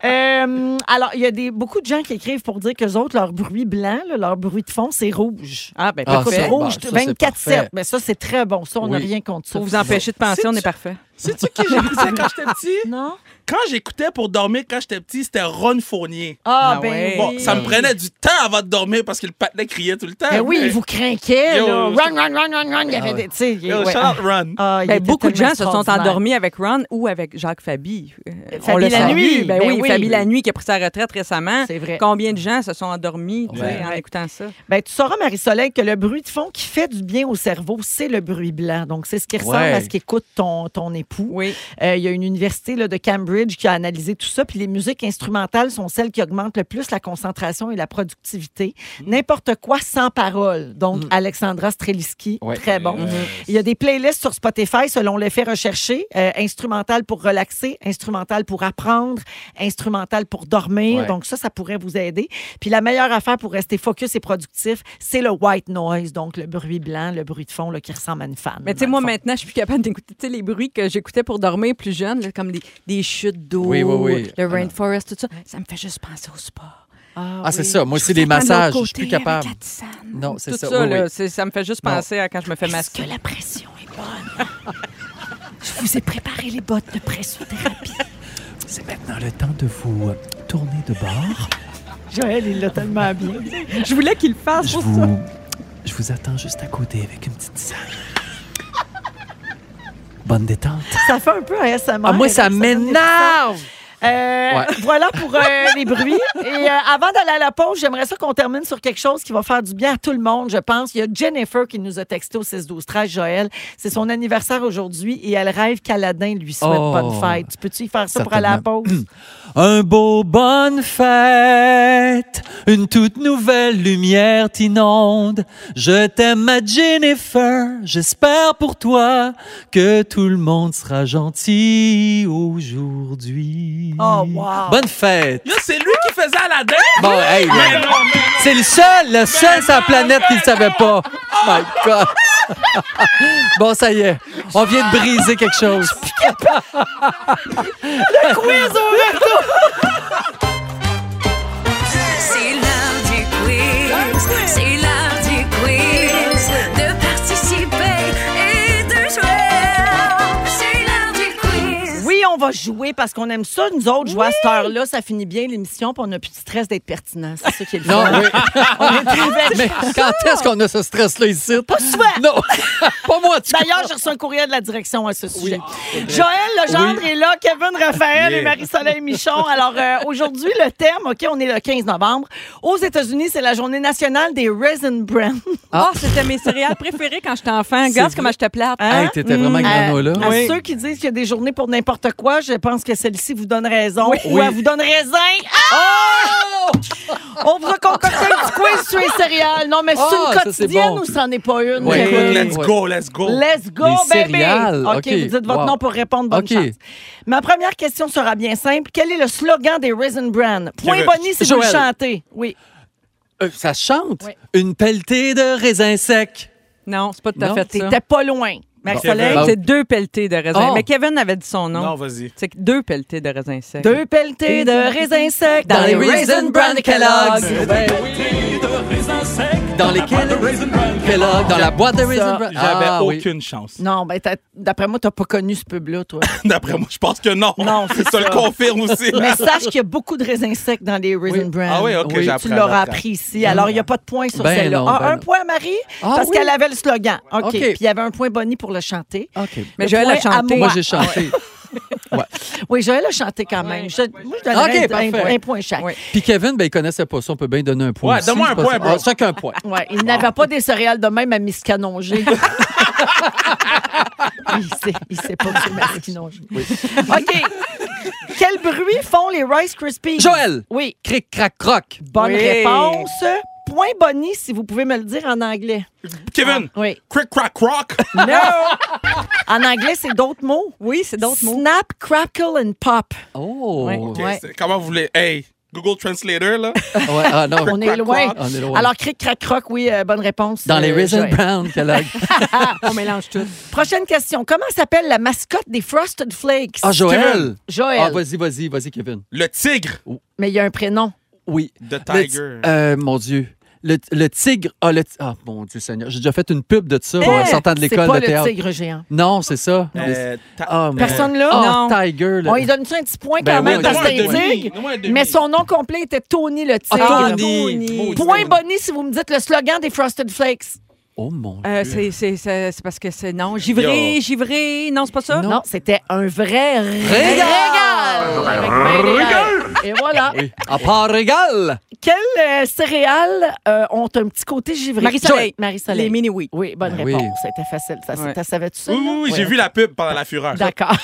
Euh, alors, il y a des, beaucoup de gens qui écrivent pour dire qu'eux autres, leur bruit blanc, là, leur bruit de fond, c'est rouge. Ah, ben, Ah, Écoute, parfait. c'est bon, rouge, ça, c'est 24-7. parfait. Mais ça, c'est très bon. Ça, on n'a Oui. rien contre ça. Pour vous empêcher de penser, on est parfait. Sais-tu qui j'écoutais quand j'étais petit? Non? Quand j'écoutais pour dormir quand j'étais petit, c'était Ron Fournier. Ah, Ah ben ouais. Bon, oui. ça me prenait du temps avant de dormir parce que le patinet criait tout le temps. Ben oui, mais- il vous crainquait. là. Yo, yo, Run, run, run, run, run. Il y avait Ah ouais. des. Tu sais, il- Yo, ouais. shout out Ron. Ah, il Ben, était beaucoup de tellement gens se sont extraordinaire. endormis avec Ron ou avec Jacques Fabi. Euh, Fabi le la salue. nuit, Ben, ben oui, oui. Fabi la nuit qui a pris sa retraite récemment. C'est vrai. Combien de gens se sont endormis tu sais, Ouais. en écoutant ça? Ben, tu sauras, Marie-Soleil, que le bruit de fond qui fait du bien au cerveau, c'est le bruit blanc. Donc, c'est ce qui ressemble Ouais. à ce qu'écoute ton, ton époux. Oui. Euh, il y a une université là, de Cambridge qui a analysé tout ça. Puis les musiques instrumentales sont celles qui augmentent le plus la concentration et la productivité. Mm. N'importe quoi sans parole. Donc, Alexandra Streliski, Ouais. très bon. Euh, Il y a des playlists sur Spotify selon l'effet recherché. Euh, instrumental pour relaxer, instrumental pour apprendre, instrumental pour dormir. Ouais. Donc ça, ça pourrait vous aider. Puis la meilleure affaire pour rester focus et productif, c'est le white noise, donc le bruit blanc, le bruit de fond là, qui ressemble à une fan. Mais tu sais, dans moi, le fond. maintenant, je suis plus capable d'écouter tu sais, les bruits que j'écoutais pour dormir plus jeune, là, comme des, des chutes d'eau, Oui, oui, oui. le Ah, rainforest, tout ça. Ça me fait juste penser au sport. Ah, c'est ça. Moi, c'est des massages. Je suis plus capable. Non, c'est Tout ça. ça, oui, oui. là, c'est- ça me fait juste Non. penser à quand je me fais Est-ce masquer. que la pression est bonne? Je vous ai préparé les bottes de pressothérapie. C'est maintenant le temps de vous euh, tourner de bord. Joël, il l'a tellement bien. Je voulais qu'il le fasse Je pour ça. vous, je vous attends juste à côté avec une petite salle. bonne détente. Ça fait un peu un SMR. Ah, moi, ça Alex, donne des m'énerve! Euh, Ouais. Voilà pour euh, les bruits. Et euh, avant d'aller à la pause, j'aimerais ça qu'on termine sur quelque chose qui va faire du bien à tout le monde, je pense. Il y a Jennifer qui nous a texté au 6 12 13 Joël. C'est son anniversaire aujourd'hui et elle rêve qu'Aladin lui souhaite Oh. bonne fête. Tu peux-tu y faire ça pour aller à la pause? Un beau bonne fête, une toute nouvelle lumière t'inonde. Je t'aime, ma Jennifer. J'espère pour toi que tout le monde sera gentil aujourd'hui. Oh, wow. Bonne fête. Yo, c'est lui qui faisait Aladdin! Bon, hey, Mais là, non, mais non. c'est le seul, le seul sur la planète qui ne savait pas. Oh. My God. bon, ça y est, on vient de briser quelque chose. C'est l'heure du quiz. C'est l'heure du quiz. De participer et de jouer. C'est l'heure du quiz. Oui, on va jouer parce qu'on aime ça, nous autres, jouer à cette heure-là. Ça finit bien l'émission, puis on n'a plus de stress d'être pertinent. C'est ça qui est le Non, fun. oui. On est très- Mais quand est-ce qu'on a ce stress-là ici? Pas souvent. Non, pas moi, tu D'ailleurs, j'ai reçu un courriel de la direction à ce sujet. Joël Legendre est là, Kevin Raphaël et Marie-Soleil Michon. Alors, euh, aujourd'hui, le thème, OK, on est le 15 novembre. Aux États-Unis, c'est la journée nationale des Raisin Bran. Ah, c'était mes céréales préférées quand j'étais enfant. Regarde comment j'étais plate. Hey, t'étais vraiment Mm, euh, granola. À Oui. ceux qui disent qu'il y a des journées pour n'importe quoi, je pense que celle-ci vous donne raison. Ou elle vous donne raisin. Ah! Oh! On vous a concocté un petit quiz sur les céréales. Non, mais c'est Ah, une ça, c'est quotidienne bon. ou c'en est pas une? Oui. Kevin? Oui. Let's go, let's go. Let's go, Les baby! céréales, OK, OK. vous dites votre Wow. nom pour répondre. Bonne OK. chance. Ma première question sera bien simple. Quel est le slogan des Raisin Bran? Point Kevin. Bonnie si vous le Joël. chantez. Oui. Euh, ça se chante. Une pelletée de raisins secs. Non, c'est pas tout à Non, fait ça. T'étais pas loin. Marie-Soleil, Kevin. C'est deux pelletés de raisin. Oh. Mais Kevin avait dit son nom. Non, vas-y. C'est que deux pelletés de raisin sec. deux pelletées de raisins secs dans les Raisin Bran de Kellogg's. Ben oui. Dans lesquels Kellogg, dans la boîte de Raisin Bran. J'avais Ah, oui. aucune chance. Non, ben t'as- d'après moi, t'as pas connu ce pub-là, toi. D'après moi, je pense que non. Non, c'est ça. le ça. confirme aussi. Mais sache qu'il y a beaucoup de raisins secs dans les Raisin Oui. Bran. Ah oui, ok, Oui. Tu j'apprends. l'auras j'apprends. appris ici. Alors, il n'y a pas de point sur Ben celle-là. non, Ah, ben un non. point, Marie, Ah parce oui. qu'elle avait le slogan. OK. OK. Puis il y avait un point Bonnie pour le chanter. OK. Mais Le Joël point a à chanté. Moi, moi. j'ai chanté. Oui, Joël a chanté quand même. Je- moi, je donnerais Ok, un- un, parfait. un point chaque. Oui. Puis Kevin, ben, il connaissait pas ça. On peut bien donner un point. Ouais, aussi, donne-moi c'est un pas point, ça. bro. Ah, Chacun un point. Ouais, il n'avait pas des céréales de même à miscanonger. il sait, il sait pas que c'est miscanonger. OK. Quel bruit font les Rice Krispies? Joël! Oui. Cric, crac, croc. Bonne Oui. réponse. Point Bonnie, si vous pouvez me le dire en anglais. Kevin, Oui. crick, crack, rock. Non! en anglais, c'est d'autres mots. Oui, c'est d'autres mots. Snap, crackle and pop. Oh. Ouais. Ok, Ouais. c'est- Comment vous voulez? Hey, Google Translator, là. Ouais, ah, non. On est loin. On est loin. Alors, cric, crac, croc, oui, euh, bonne réponse. dans les euh, Raisin Joël. Bran, Kellogg. On mélange tout. Prochaine question. Comment s'appelle la mascotte des Frosted Flakes? Ah, Joël! Kevin. Joël. Ah, vas-y, vas-y, vas-y, Kevin. Le tigre Mais il y a un prénom. Oui. de Le ti- Tiger. euh, mon Dieu. Le, le tigre. Ah, le ti- ah, mon Dieu Seigneur. J'ai déjà fait une pub de ça en Eh, sortant de l'école C'est pas de le théâtre. tigre géant. Non, c'est ça. Les- Euh, ta- Ah, mais- Personne là? Ah, Non. Tiger. là. On lui donne-tu un petit point quand Ben oui, même on parce que donne c'est un un demi, tigre? donne-moi un demi. Mais son nom complet était Tony le tigre. Ah, Tony. Tony. Point Bonnie si vous me dites le slogan des Frosted Flakes. Oh mon Dieu. Euh, c'est- c'est c'est- c'est parce que c'est non. Givré, Yo. givré. Non, c'est pas ça? Non, c'était un vrai régal. Avec plein des ailes. Et voilà. Oui. À part régal. Quelles euh, céréales euh, ont un petit côté givré? Marie-Soleil. Marie-Soleil. Les mini oui. Oui, bonne Ben oui. réponse. C'était facile. Ça, Ouais. ça savais-tu ça? Oui, oui, là? oui, j'ai Ouais. vu la pub pendant la fureur. D'accord.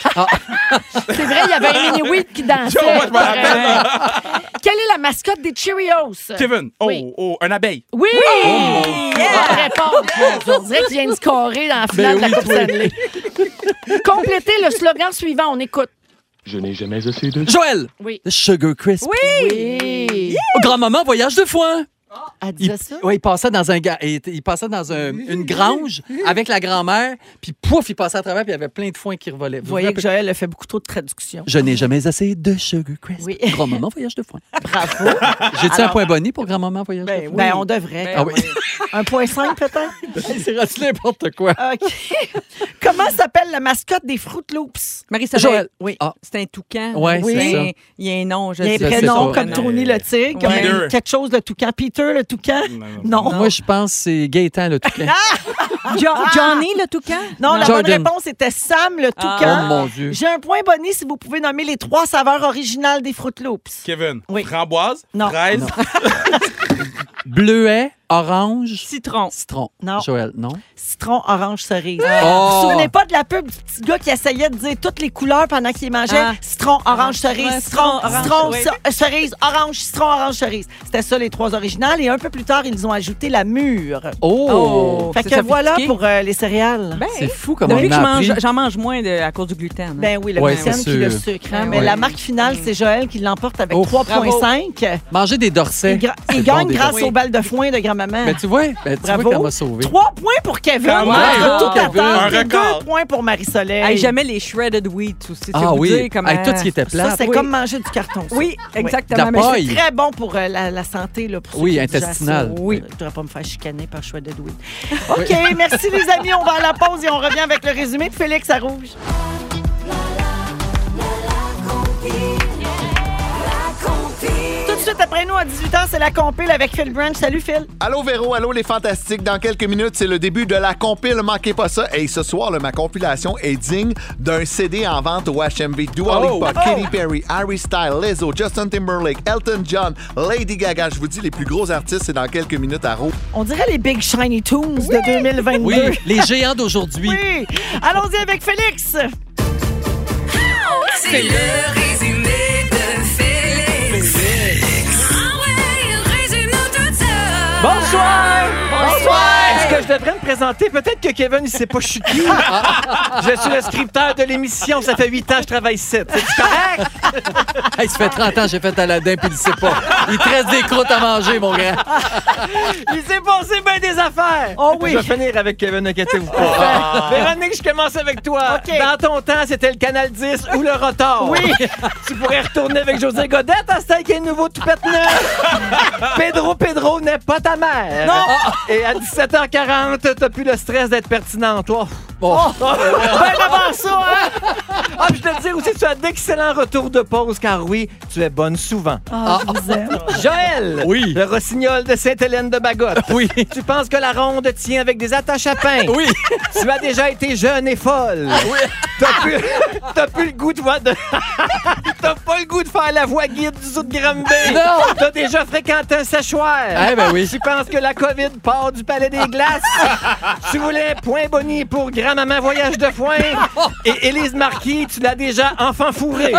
c'est vrai, il y avait un mini-weed qui dansait. Yo, moi, je me Ouais. Quelle est la mascotte des Cheerios? Kevin, oh, Oui. oh, un abeille. Oui! Bonne réponse. On dirait qu'il vient de scorer dans la Ben finale de la Coupe Stanley. Complétez le slogan suivant. On écoute. Je n'ai jamais assez de... Joël. Oui. Sugar Crisp. Oui! Oh, Grand-maman, voyage de foin. Elle disait Il, ça? ouais, il passait dans, un, ga- il, était- il passait dans un- une grange avec la grand-mère, puis pouf, il passait à travers, puis il y avait plein de foin qui revolaient. Vous voyez que Joël a fait beaucoup trop de traductions. Je n'ai jamais assez de Sugar Crisp. Oui. Grand-maman, voyage de foin. Bravo. J'ai-tu un Alors- point boni pour grand-maman, voyage de foin? Ben, on devrait. Ah oui. Un point cinq, peut-être? C'est rendu n'importe quoi. OK. Comment s'appelle la mascotte des Fruit Loops? Marie-Soleil. Joël. Oui. Ah. C'est un toucan. Ouais, Oui. c'est ça. Il y a un nom, je Il y a sais un sais pas. pas. prénom comme Mais- Tony le Tigre, comme Ouais. un- quelque chose de toucan. Peter, Peter le toucan? Non. Non, Moi, je pense que c'est Gaétan le toucan. Jo- Ah! Johnny, le toucan? la Jordan. bonne réponse était Sam le toucan. Oh mon Dieu. J'ai un point bonus si vous pouvez nommer les trois saveurs originales des Fruit Loops. Kevin, Oui. framboise, Non. fraise, Bleuet, orange, Citron. citron. Non. Joël, non. Citron, orange, cerise. Vous Oh! vous souvenez pas de la pub du petit gars qui essayait de dire toutes les couleurs pendant qu'il mangeait? Ah. Citron, orange, cerise, Ouais, citron, citron, orange, citron, oui. ce- euh, cerise, orange, citron, orange, cerise. C'était ça les trois originales. Et un peu plus tard, ils ont ajouté la mûre. Oh! Oh. Fait c'est que voilà sophistiqué. pour euh, les céréales. Ben, Ben, C'est fou comment depuis on que je a mange, appris. j'en mange moins de- à cause du gluten. hein. Ben Ben oui, le Ouais, gluten c'est puis le sûr. sucre. hein. Ben Mais ouais. la marque finale, c'est Joël qui l'emporte avec Oh. 3,5. Manger des dorsets. Il, gra- c'est il bon gagne des grâce dorsets. aux balles de foin de grand-maman. Ben, tu vois, ben, tu vois Bravo. qu'elle m'a sauvé. Trois points pour Kevin. Quand même. contre toute Kevin. attente. Un Et record. Deux points pour Marie-Soleil. Hey, J'aimais les shredded wheat aussi. c'est Ah vous oui. dire comment- Hey, tout ce qui était Ça, plat. c'est Oui. comme manger du carton. ça. Oui, De la exactement. mais paille. c'est- Très bon pour euh, la, la santé. Là, pour ceux Oui, qui digèrent intestinale. ça. Oui, je ne voudrais pas me faire chicaner par choix de douille. OK, merci les amis. On va à la pause et on revient avec le résumé de Félix à Rouge. Tout de suite après nous, à 18h, c'est la compile avec Phil Branch. Salut Phil. Allô Véro, allô les fantastiques. Dans quelques minutes, c'est le début de la compile. Manquez pas ça. Et ce soir, là, ma compilation est digne d'un CD en vente au HMV. Dua Oh! Lipa, Oh! Katy Perry, Harry Styles, Lizzo, Justin Timberlake, Elton John, Lady Gaga. Je vous dis les plus gros artistes, c'est dans quelques minutes à Roux. On dirait les Big Shiny Tunes de 2022. Oui, les géants d'aujourd'hui. Oui. Allons-y avec Félix. C'est le résumé de Félix. Ah ouais, il résume nous tout ça. Bonsoir! Bonsoir! Est-ce que je devrais me présenter? Peut-être que Kevin, il sait pas je suis qui. Je suis le scripteur de l'émission. Ça fait huit ans que je travaille ici. C'est correct? Hey, ça fait 30 ans que j'ai fait Aladdin, puis il le sait pas. Il te reste des croûtes à manger, mon grand. Il s'est passé bien des affaires. Oh oui. Je vais finir avec Kevin, inquiétez-vous pas. Véronique, je commence avec toi. OK. Dans ton temps, c'était le Canal 10 ou le Rotor. Oui. tu pourrais retourner avec José Godette hein, à ce qui est nouveau tout neuf. Pedro Pedro n'est pas ta mère. Ah. Non. Et à 17h40, t'as plus le stress d'être pertinente. Oh. Bon, ben avant ça, hein? Ah, puis je te dire aussi, tu as d'excellents retours de pause, car oui, tu es bonne souvent. Ah, je vous aime. Joël! Oui. Le rossignol de Sainte-Hélène de Bagotte. oui, Tu penses que la ronde tient avec des attaches à pain. oui. Tu as déjà été jeune et folle. T'as plus, t'as plus le goût de voir de- T'as pas le goût de faire la voix guide du zoo de Granby. Non. T'as déjà fréquenté un séchoir. Eh ben oui. Tu penses que la COVID part du palais des glaces. tu voulais point boni pour grand-maman voyage de foin. Et Élise Marquis, tu l'as déjà enfant fourré.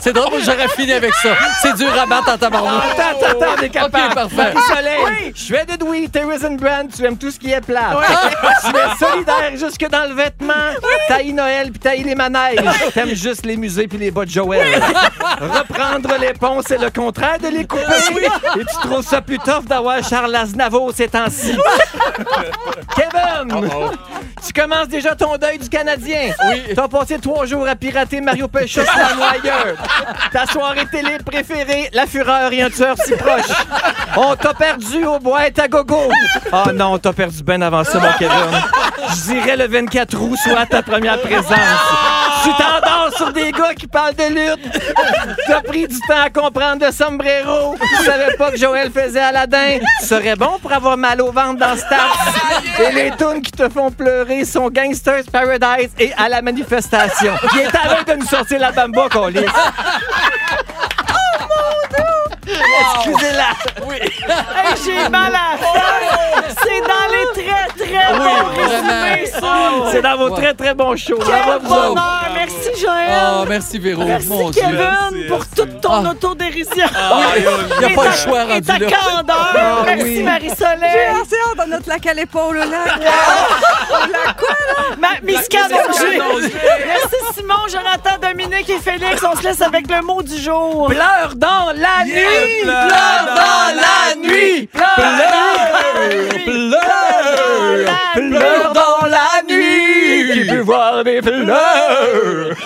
C'est drôle, j'aurais fini avec ça. C'est dur à battre en tabarnak. Attends, attends, attends, on est capable. Ah, Ok, parfait. Ah, Marie-Soleil, je suis de Douy, Terry's and Brand, tu aimes tout ce qui est plat. tu es solidaire jusque dans le vêtement. Taille Noël puis taille les manèges. T'aimes juste les musées puis les bas de Joël. Reprendre les ponts, c'est le contraire de les couper. Ah, Et tu trouves ça plus tough d'avoir Charles Aznavour ces temps-ci. Kevin! Tu commences déjà ton deuil du Canadien. Oui. T'as passé trois jours à pirater Mario Péchot sur la noyeur. Ta soirée télé préférée, La Fureur et un tueur si proche. On t'a perdu au boîte à gogo. Ah non, on t'a perdu bien avant ça, mon Kevin. Je dirais le 24 août, soit ta première présence. Tu t'endors sur des gars qui parlent de lutte. T'as pris du temps à comprendre le sombrero. Tu savais pas que Joël faisait Aladdin. Tu serais bon pour avoir mal au ventre dans Stats. Et les tunes qui te font pleurer sont Gangsters Paradise et à la manifestation. Il est à l'heure de nous sortir la bamba Oh, qu'on lit. Excusez-la. Hey, j'ai mal à la tête. C'est dans les très, très bons vraiment. résumés, ça. C'est dans vos très très bons shows. Bravo, Quel vous autres. bonheur. Merci, Oh, Joël. merci, Véro. Merci, mon Dieu. Kevin, Merci, pour merci. toute ton Ah. Ah, autodérision. Oui, il n'y a pas le choix Et rendu ta là. candeur. merci, J'ai Marie-Soleil. assez hâte de notre lac à l'épaule, là. Ma- Miss Calongé. Merci, Simon, Jonathan, Dominique et Félix. On se laisse avec le mot du jour. Pleure dans la nuit. pleure dans la nuit. Pleure. Pleure dans la nuit. Qui peut voir des fleurs.